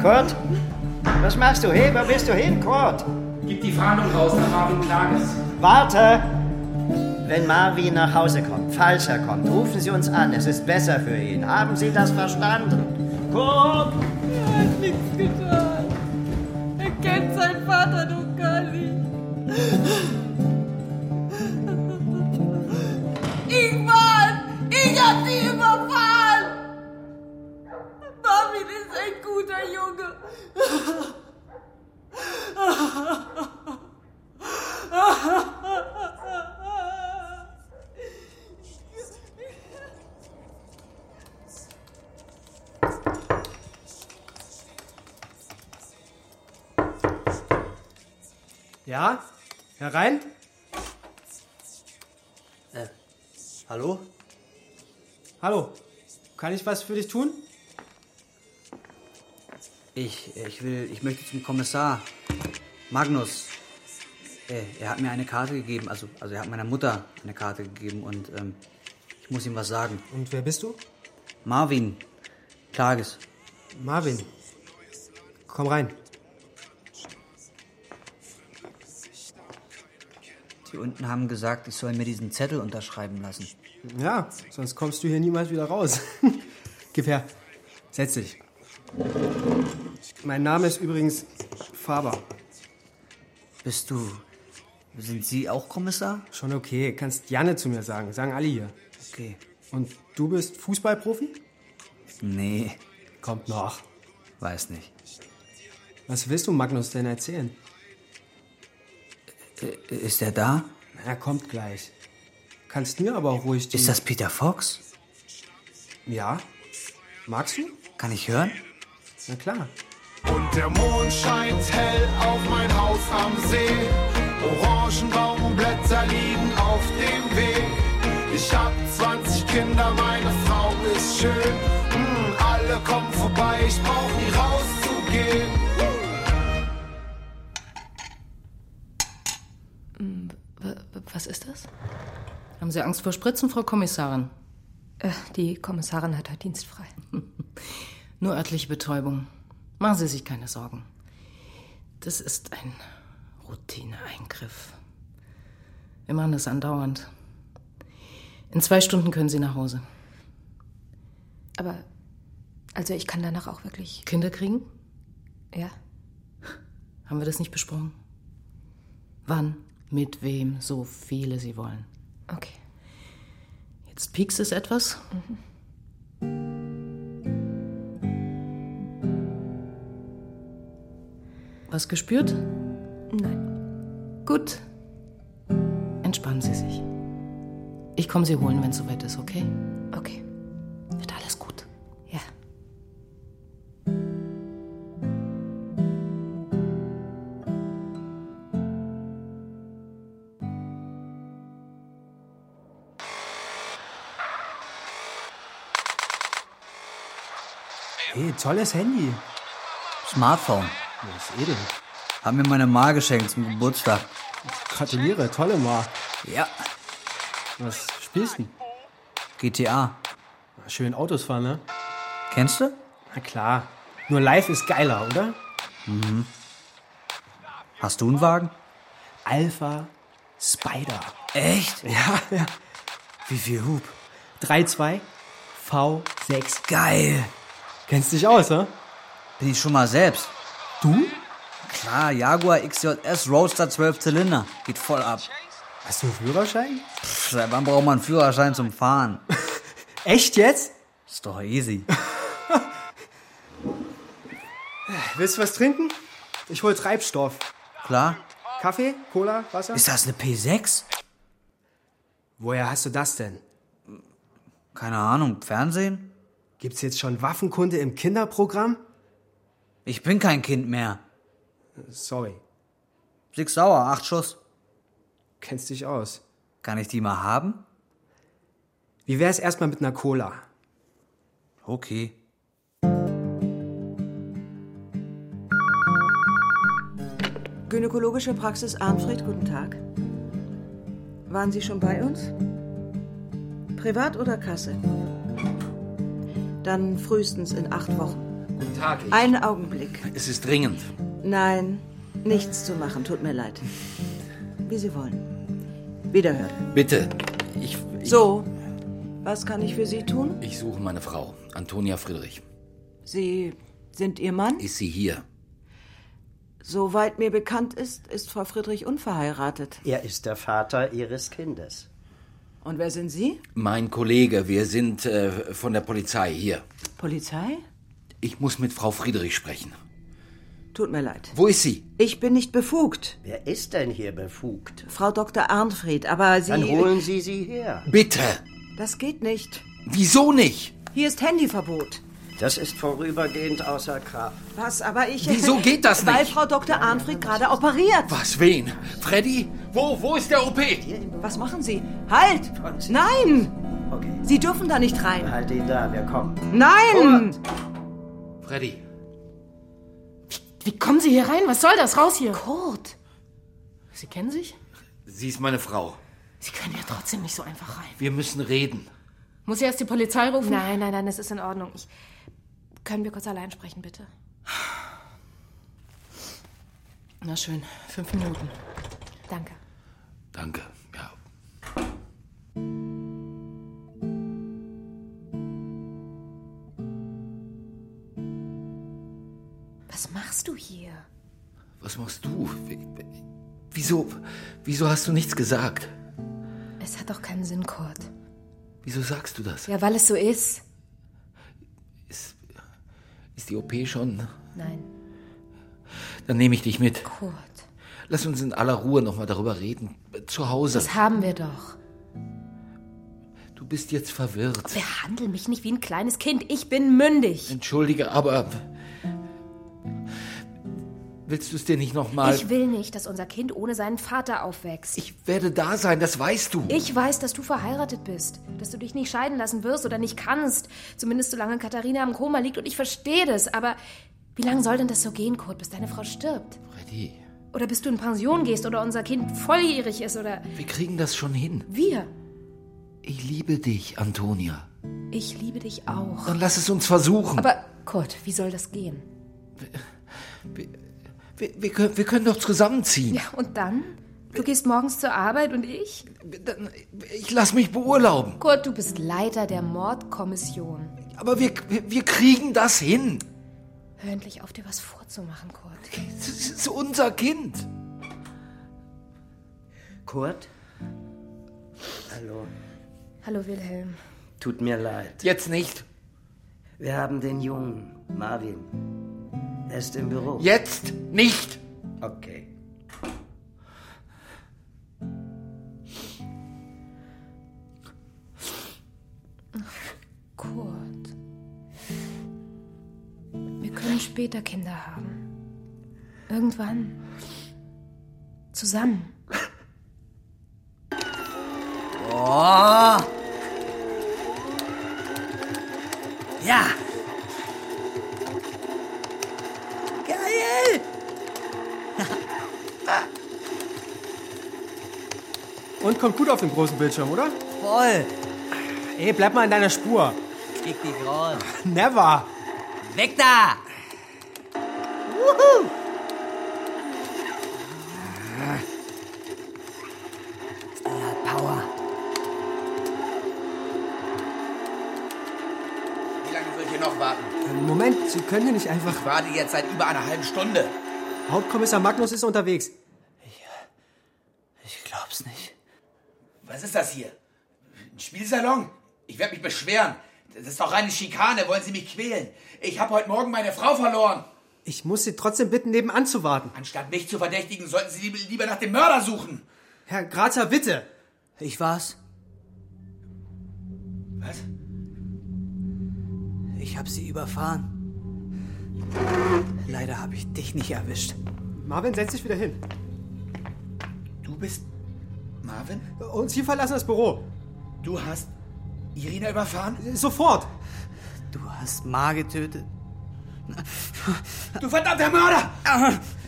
Speaker 7: Kurt? Was machst du? Hey, wo bist du hin, Kurt?
Speaker 22: Gib die Fahndung raus nach Marvin Klages.
Speaker 7: Warte! Wenn Marvin nach Hause kommt, falls er kommt, rufen Sie uns an. Es ist besser für ihn. Haben Sie das verstanden? Kurt!
Speaker 23: Er hat nichts getan. Er kennt seinen Vater doch gar nicht. Ingmar, ich hab sie überfahren. Marvin ist ein guter Junge.
Speaker 8: Ja? Herein? Äh, hallo? Hallo? Kann ich was für dich tun?
Speaker 15: Ich, ich will, ich möchte zum Kommissar. Magnus. Äh, Er hat mir eine Karte gegeben, also, also er hat meiner Mutter eine Karte gegeben und ähm, ich muss ihm was sagen.
Speaker 8: Und wer bist du?
Speaker 15: Marvin. Klages.
Speaker 8: Marvin. Komm rein.
Speaker 15: Die unten haben gesagt, ich soll mir diesen Zettel unterschreiben lassen.
Speaker 8: Ja, sonst kommst du hier niemals wieder raus. Gib her. Setz dich. Mein Name ist übrigens Faber.
Speaker 15: Bist du. Sind Sie auch Kommissar?
Speaker 8: Schon okay. Kannst Janne zu mir sagen. Sagen alle hier.
Speaker 15: Okay.
Speaker 8: Und du bist Fußballprofi?
Speaker 15: Nee,
Speaker 8: Kommt noch.
Speaker 15: weiß nicht.
Speaker 8: Was willst du Magnus denn erzählen?
Speaker 15: Äh, Ist er da?
Speaker 8: Er kommt gleich. Kannst mir aber auch ruhig die...
Speaker 15: Ist das Peter Fox?
Speaker 8: Ja. Magst du?
Speaker 15: Kann ich hören?
Speaker 8: Na klar.
Speaker 16: Und der Mond scheint hell auf mein Haus am See. Orangenbaumblätter liegen auf dem Weg. Ich hab 20 Kinder, meine Frau ist schön. Mm, alle kommen vorbei, ich brauch nie rauszugehen.
Speaker 20: Mm,
Speaker 18: Hm, wa- wa- Was ist das?
Speaker 20: Haben Sie Angst vor Spritzen, Frau Kommissarin?
Speaker 18: Äh, die Kommissarin hat heute dienstfrei.
Speaker 20: Nur örtliche Betäubung. Machen Sie sich keine Sorgen. Das ist ein Routineeingriff. Wir machen das andauernd. In zwei Stunden können Sie nach Hause.
Speaker 18: Aber, also ich kann danach auch wirklich.
Speaker 20: Kinder kriegen?
Speaker 18: Ja.
Speaker 20: Haben wir das nicht besprochen? Wann, mit wem, so viele Sie wollen.
Speaker 18: Okay. Mhm.
Speaker 20: Jetzt piekst es etwas? Was gespürt?
Speaker 18: Nein.
Speaker 20: Gut. Entspannen Sie sich. Ich komme Sie holen, wenn es soweit ist, okay?
Speaker 18: Okay.
Speaker 20: Wird alles gut.
Speaker 18: Ja.
Speaker 6: Hey, tolles Handy.
Speaker 15: Smartphone.
Speaker 6: Das ist edel.
Speaker 15: Hat mir meine Ma geschenkt zum Geburtstag.
Speaker 6: Gratuliere, tolle Ma.
Speaker 15: Ja.
Speaker 6: Was spielst du?
Speaker 15: GTA.
Speaker 6: Schön Autos fahren, ne?
Speaker 15: Kennst du?
Speaker 6: Na klar. Nur live ist geiler, oder?
Speaker 15: Mhm. Hast du einen Wagen?
Speaker 6: Alpha Spider.
Speaker 15: Echt?
Speaker 6: Ja, ja. Wie viel Hub? 3,2 V6.
Speaker 15: Geil.
Speaker 6: Kennst dich aus, ne?
Speaker 15: Bin ich schon mal selbst.
Speaker 6: Du?
Speaker 15: Klar, Jaguar XJS Roadster 12 Zylinder. Geht voll ab.
Speaker 6: Hast du einen Führerschein?
Speaker 15: Pff, seit wann braucht man einen Führerschein zum Fahren?
Speaker 6: Echt jetzt?
Speaker 15: Ist doch easy.
Speaker 6: Willst du was trinken? Ich hol Treibstoff.
Speaker 15: Klar.
Speaker 6: Kaffee, Cola, Wasser?
Speaker 15: Ist das eine P6?
Speaker 6: Woher hast du das denn?
Speaker 15: Keine Ahnung, Fernsehen?
Speaker 6: Gibt's jetzt schon Waffenkunde im Kinderprogramm?
Speaker 15: Ich bin kein Kind mehr.
Speaker 6: Sorry.
Speaker 15: Six Sauer, acht Schuss.
Speaker 6: Kennst dich aus.
Speaker 15: Kann ich die mal haben?
Speaker 6: Wie wär's erstmal mit einer Cola?
Speaker 15: Okay.
Speaker 10: Gynäkologische Praxis Arnfried, guten Tag. Waren Sie schon bei uns? Privat oder Kasse? Dann frühestens in acht Wochen.
Speaker 3: Guten Tag.
Speaker 10: Einen Augenblick.
Speaker 3: Es ist dringend.
Speaker 10: Nein, nichts zu machen, tut mir leid. Wie Sie wollen. Wiederhören.
Speaker 3: Bitte. Ich, ich,
Speaker 10: So, was kann ich für Sie tun?
Speaker 3: ich suche meine Frau, Antonia Friedrich.
Speaker 10: Sie sind Ihr Mann?
Speaker 3: Ist sie hier?
Speaker 10: Soweit mir bekannt ist, ist Frau Friedrich unverheiratet.
Speaker 7: Er ist der Vater Ihres Kindes.
Speaker 10: Und wer sind Sie?
Speaker 3: Mein Kollege, wir sind äh, von der Polizei hier.
Speaker 10: Polizei?
Speaker 3: Ich muss mit Frau Friedrich sprechen.
Speaker 10: Tut mir leid.
Speaker 3: Wo ist sie?
Speaker 10: Ich bin nicht befugt.
Speaker 7: Wer ist denn hier befugt?
Speaker 10: Frau Dr. Arnfried, aber Sie.
Speaker 7: Dann holen Sie sie her.
Speaker 3: Bitte!
Speaker 10: Das geht nicht.
Speaker 3: Wieso nicht?
Speaker 10: Hier ist Handyverbot.
Speaker 7: Das ist vorübergehend außer Kraft.
Speaker 10: Was, aber ich.
Speaker 3: Wieso geht das nicht?
Speaker 10: Weil Frau Dr. Arnfried gerade operiert.
Speaker 3: Was, wen? Freddy? Wo, wo ist der OP?
Speaker 10: Was machen Sie? Halt! Nein!
Speaker 7: Okay,
Speaker 10: Sie dürfen da nicht rein.
Speaker 7: halt ihn da, wir kommen.
Speaker 10: Nein!
Speaker 3: Freddy.
Speaker 20: Wie kommen Sie hier rein? Was soll das? Raus hier!
Speaker 18: Kurt!
Speaker 20: Sie kennen sich?
Speaker 3: Sie ist meine Frau.
Speaker 20: Sie können ja trotzdem nicht so einfach rein.
Speaker 3: Wir müssen reden.
Speaker 20: Muss ich erst die Polizei rufen?
Speaker 18: Nein, nein, nein, es ist in Ordnung. Ich, können wir kurz allein sprechen, bitte?
Speaker 20: Na schön, fünf Minuten.
Speaker 18: Danke.
Speaker 3: Danke. Ja.
Speaker 18: Was machst du hier?
Speaker 3: Was machst du? Wie- Wieso? Wieso hast du nichts gesagt?
Speaker 18: Es hat doch keinen Sinn, Kurt.
Speaker 3: Wieso sagst du das?
Speaker 18: Ja, weil es so ist.
Speaker 3: Ist die OP schon?
Speaker 18: Nein.
Speaker 3: Dann nehme ich dich mit.
Speaker 18: Kurt.
Speaker 3: Lass uns in aller Ruhe nochmal darüber reden. Zu Hause.
Speaker 18: Das haben wir doch.
Speaker 3: Du bist jetzt verwirrt.
Speaker 18: Behandle mich nicht wie ein kleines Kind. Ich bin mündig.
Speaker 3: Entschuldige, aber willst du es dir nicht nochmal?
Speaker 18: Ich will nicht, dass unser Kind ohne seinen Vater aufwächst.
Speaker 3: Ich werde da sein, das weißt du.
Speaker 18: Ich weiß, dass du verheiratet bist, dass du dich nicht scheiden lassen wirst oder nicht kannst, zumindest solange Katharina im Koma liegt und ich verstehe das, aber wie lange soll denn das so gehen, Kurt, bis deine Frau stirbt?
Speaker 3: Freddy,
Speaker 18: Oder bis du in Pension gehst oder unser Kind volljährig ist oder
Speaker 3: Wir kriegen das schon hin.
Speaker 18: wir.
Speaker 3: Ich liebe dich, Antonia.
Speaker 18: Ich liebe dich auch.
Speaker 3: Dann lass es uns versuchen.
Speaker 18: Aber Kurt, wie soll das gehen?
Speaker 3: Wir, wir, können, wir können doch zusammenziehen.
Speaker 18: Ja, und dann? Du gehst morgens zur Arbeit und ich?
Speaker 3: Ich lass mich beurlauben.
Speaker 18: Kurt, du bist Leiter der Mordkommission.
Speaker 3: Aber wir, wir, wir kriegen das hin.
Speaker 18: Hör endlich auf, dir was vorzumachen, Kurt.
Speaker 3: Das ist unser Kind.
Speaker 7: Kurt? Hallo,
Speaker 18: Hallo Wilhelm.
Speaker 7: tut mir leid.
Speaker 3: Jetzt nicht.
Speaker 7: Wir haben den Jungen, Marvin. Er ist im Büro.
Speaker 3: Jetzt nicht.
Speaker 7: Okay.
Speaker 18: Kurt. Wir können später Kinder haben. Irgendwann. Zusammen.
Speaker 15: Oh. Ja. Geil.
Speaker 6: Und kommt gut auf dem großen Bildschirm, oder?
Speaker 15: Voll.
Speaker 6: Ey, bleib mal in deiner Spur.
Speaker 15: Kick dich raus.
Speaker 6: Never.
Speaker 15: Weg da.
Speaker 6: Wuhu.
Speaker 5: Wie lange soll ich hier noch warten?
Speaker 6: Ähm, Moment, Sie können hier nicht einfach.
Speaker 5: Ich warte jetzt seit über einer halben Stunde.
Speaker 6: Hauptkommissar Magnus ist unterwegs.
Speaker 15: Ich glaub's nicht.
Speaker 5: Was ist das hier? Ein Spielsalon? Ich werde mich beschweren. Das ist doch reine Schikane. Wollen Sie mich quälen? Ich habe heute Morgen meine Frau verloren.
Speaker 6: Ich muss Sie trotzdem bitten, nebenan zu warten.
Speaker 5: Anstatt mich zu verdächtigen, sollten Sie lieb- lieber nach dem Mörder suchen.
Speaker 6: Herr Grazer, bitte.
Speaker 15: Ich war's.
Speaker 5: Was?
Speaker 15: Ich hab sie überfahren. Leider habe ich dich nicht erwischt.
Speaker 6: Marvin, setz dich wieder hin.
Speaker 5: Du bist Marvin?
Speaker 6: Und Sie verlassen das Büro.
Speaker 5: Du hast Irina überfahren?
Speaker 6: Sofort.
Speaker 15: Du hast Ma getötet.
Speaker 5: Du verdammter Mörder!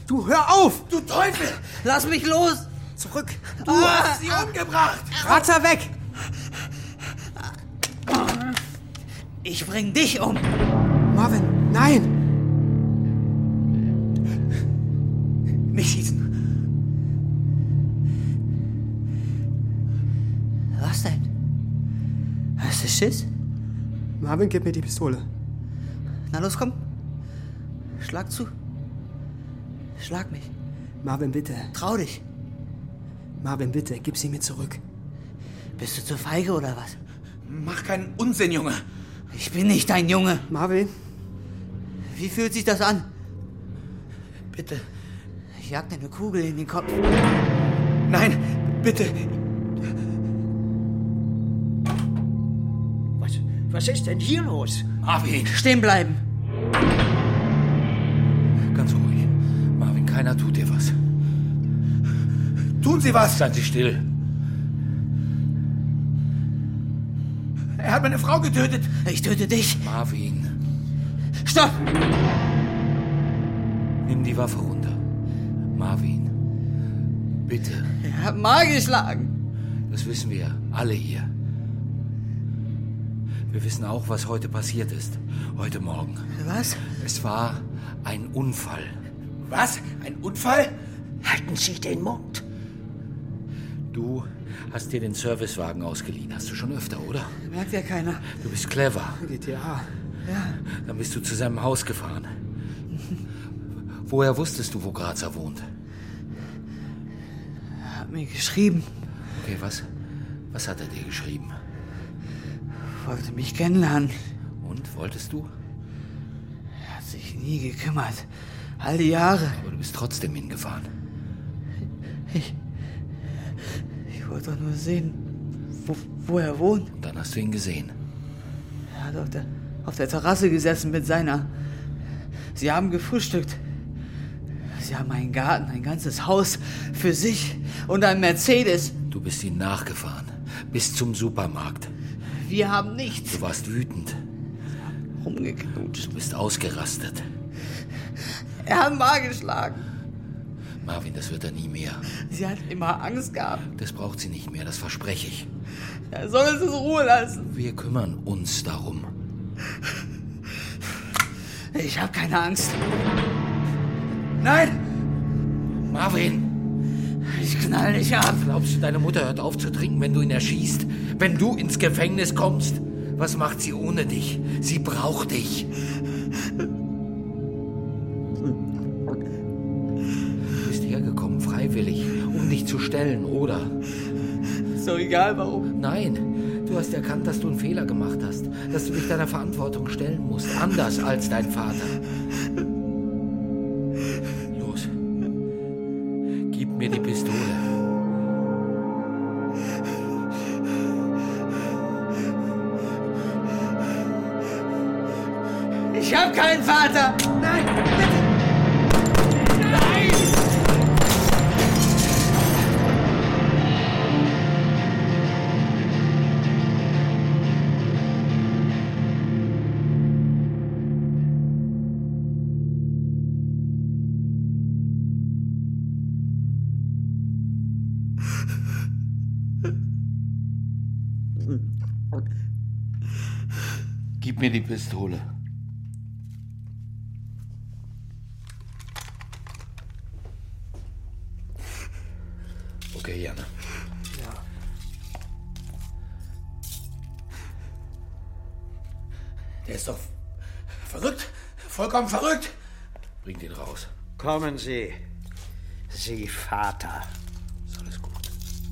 Speaker 6: Du hör auf!
Speaker 5: Du Teufel!
Speaker 15: Lass mich los!
Speaker 6: Zurück!
Speaker 5: Du hast sie umgebracht!
Speaker 6: Grazer weg!
Speaker 15: Ich bring dich um!
Speaker 6: Marvin, nein!
Speaker 5: Nicht schießen!
Speaker 15: Was denn? Hast du Schiss?
Speaker 6: Marvin, gib mir die Pistole.
Speaker 15: Na los, komm. Schlag zu. Schlag mich.
Speaker 6: Marvin, bitte.
Speaker 15: Trau dich.
Speaker 6: Marvin, bitte, gib sie mir zurück.
Speaker 15: Bist du zu feige oder was?
Speaker 5: Mach keinen Unsinn, Junge!
Speaker 15: Ich bin nicht dein Junge.
Speaker 6: Marvin?
Speaker 15: Wie fühlt sich das an? Bitte. Ich jag dir eine Kugel in den Kopf.
Speaker 5: Nein, bitte!
Speaker 7: Was, was ist denn hier los?
Speaker 5: Marvin!
Speaker 15: Stehen bleiben.
Speaker 3: Ganz ruhig. Marvin, keiner tut dir was.
Speaker 5: Tun Sie was!
Speaker 3: Seien Sie still.
Speaker 5: Er hat meine Frau getötet!
Speaker 15: Ich töte dich.
Speaker 3: Marvin,
Speaker 15: Stopp!
Speaker 3: nimm die Waffe runter. Marvin, bitte.
Speaker 15: Er hat Mar geschlagen.
Speaker 3: Das wissen wir alle hier. Wir wissen auch, was heute passiert ist. Heute Morgen.
Speaker 15: Was?
Speaker 3: Es war ein Unfall.
Speaker 5: Was? Ein Unfall?
Speaker 7: Halten Sie den Mund.
Speaker 3: Du hast dir den Servicewagen ausgeliehen. Hast du schon öfter, oder?
Speaker 15: Merkt ja keiner.
Speaker 3: Du bist clever.
Speaker 6: GTA.
Speaker 15: Ja.
Speaker 3: Dann bist du zu seinem Haus gefahren. Woher wusstest du, wo Grazer wohnt?
Speaker 15: Er hat mir geschrieben.
Speaker 3: Okay, was? Was hat er dir geschrieben?
Speaker 15: Wollte mich kennenlernen.
Speaker 3: Und wolltest du?
Speaker 15: Er hat sich nie gekümmert. All die Jahre.
Speaker 3: Aber du bist trotzdem hingefahren.
Speaker 15: Ich. Ich wollte doch nur sehen, wo, wo er wohnt.
Speaker 3: Und dann hast du ihn gesehen.
Speaker 15: Er hat auf der, auf der Terrasse gesessen mit seiner. Sie haben gefrühstückt. Sie haben einen Garten, ein ganzes Haus für sich und ein Mercedes.
Speaker 3: Du bist ihm nachgefahren. Bis zum Supermarkt.
Speaker 15: Wir haben nichts
Speaker 3: Du warst wütend.
Speaker 15: rumgeknutscht.
Speaker 3: Du bist ausgerastet.
Speaker 15: Er hat mal geschlagen.
Speaker 3: Marvin, das wird er nie mehr.
Speaker 15: Sie hat immer Angst gehabt.
Speaker 3: Das braucht sie nicht mehr, das verspreche ich.
Speaker 15: Er soll uns in Ruhe lassen.
Speaker 3: Wir kümmern uns darum.
Speaker 15: Ich habe keine Angst. Nein!
Speaker 3: Marvin!
Speaker 15: Ich knall dich ab.
Speaker 3: Glaubst du, deine Mutter hört auf zu trinken, wenn du ihn erschießt? Wenn du ins Gefängnis kommst? Was macht sie ohne dich? Sie braucht dich. Du bist hergekommen, freiwillig, um dich zu stellen, oder?
Speaker 15: Ist doch egal warum.
Speaker 3: Nein, du hast erkannt, dass du einen Fehler gemacht hast, dass du dich deiner Verantwortung stellen musst, anders als dein Vater. Los, gib mir die Pistole.
Speaker 15: Ich hab keinen Vater. Nein,
Speaker 3: Gib mir die Pistole. Okay, Jana.
Speaker 5: Der ist doch verrückt. Vollkommen verrückt.
Speaker 3: Bringt ihn raus.
Speaker 7: Kommen Sie, Sie Vater.
Speaker 3: Ist alles gut. Ist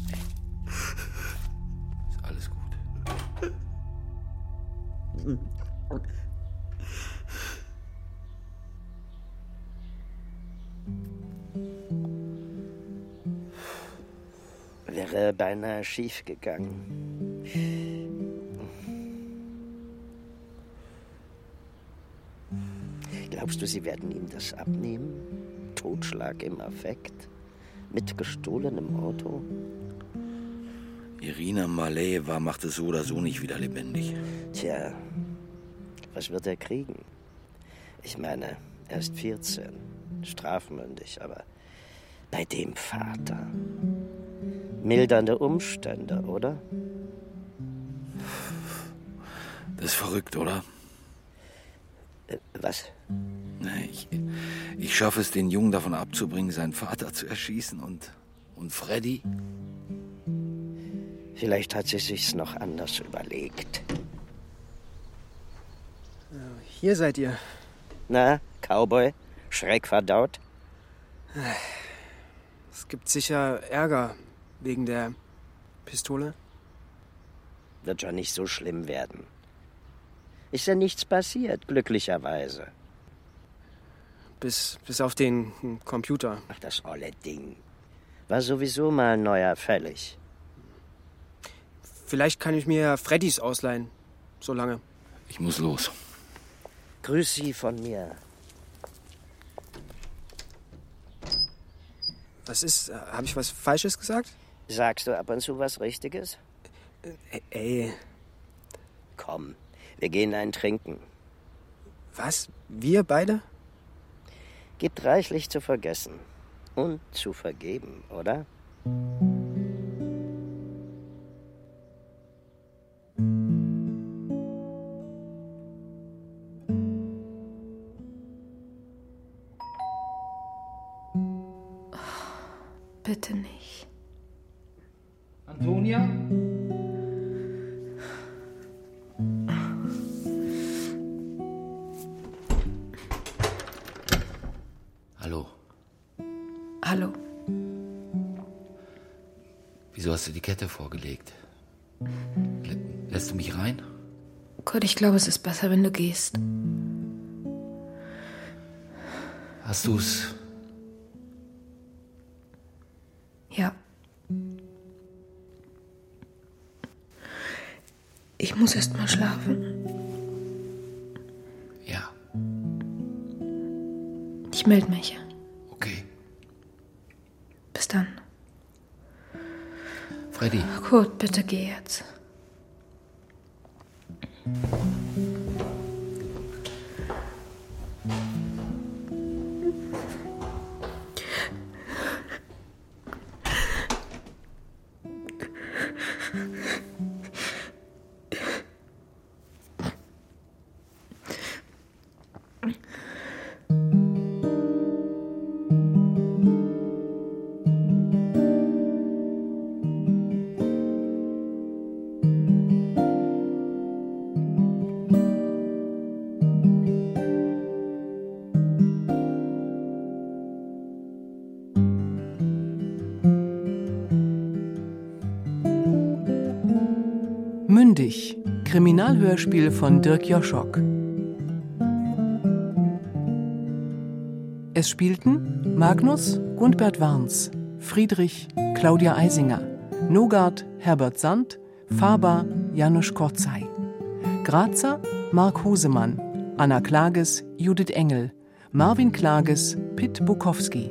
Speaker 3: alles gut.
Speaker 7: Wäre beinahe schief gegangen. Glaubst du, sie werden ihm das abnehmen? Totschlag im Affekt? Mit gestohlenem Auto?
Speaker 3: Irina Maleva macht es so oder so nicht wieder lebendig.
Speaker 7: Tja, was wird er kriegen? Ich meine, er ist 14, strafmündig, aber bei dem Vater. Mildernde Umstände, oder?
Speaker 3: Das ist verrückt, oder?
Speaker 7: Äh, Was?
Speaker 3: Nee, ich, ich schaffe es, den Jungen davon abzubringen, seinen Vater zu erschießen und. Und Freddy?
Speaker 7: Vielleicht hat sie sich's noch anders überlegt.
Speaker 6: Hier seid ihr.
Speaker 7: Na, Cowboy? Schreck verdaut?
Speaker 6: Es gibt sicher Ärger wegen der Pistole.
Speaker 7: Wird schon nicht so schlimm werden. Ist ja nichts passiert, glücklicherweise.
Speaker 6: Bis, bis auf den hm, Computer.
Speaker 7: Ach, das olle Ding. War sowieso mal neuer fällig.
Speaker 6: Vielleicht kann ich mir Freddys ausleihen. So lange.
Speaker 3: Ich muss los.
Speaker 7: Grüß Sie von mir.
Speaker 6: Was ist? Habe ich was Falsches gesagt?
Speaker 7: Sagst du ab und zu was Richtiges?
Speaker 6: Äh, Ey,
Speaker 7: Komm, wir gehen ein Trinken.
Speaker 6: was? Wir beide?
Speaker 7: Gibt reichlich zu vergessen und zu vergeben, oder?
Speaker 18: Bitte nicht.
Speaker 13: Antonia?
Speaker 3: Hallo,
Speaker 18: Hallo.
Speaker 3: wieso hast du die Kette vorgelegt? Lä- Lässt du mich rein?
Speaker 18: Gott, ich glaube, es ist besser, wenn du gehst.
Speaker 3: Hast du es?
Speaker 18: Ja. Ich muss erst mal schlafen.
Speaker 3: Ja.
Speaker 18: Ich melde mich.
Speaker 3: Okay.
Speaker 18: Bis dann.
Speaker 3: Freddy,
Speaker 18: Kurt, bitte geh jetzt.
Speaker 24: Mündig. Kriminalhörspiel von Dirk Joschock. Es spielten Magnus, Gundbert Warns, Friedrich, Claudia Eisinger, Nogard, Herbert Sand, Faber, Janusz Korzei. Grazer, Mark Hosemann, Anna Klages, Judith Engel, Marvin Klages, Pitt Bukowski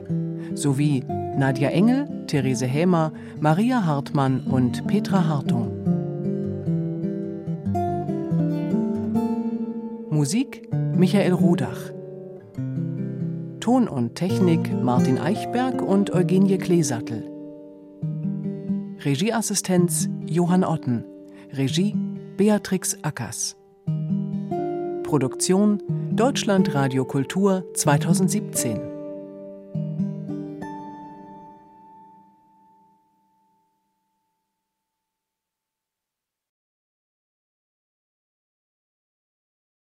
Speaker 24: sowie Nadja Engel, Therese Hämer, Maria Hartmann und Petra Hartung. Musik Michael Rodach. Ton und Technik Martin Eichberg und Eugenie Kleesattel. Regieassistenz Johann Otten. Regie Beatrix Ackers. Produktion Deutschlandradio Kultur 2017.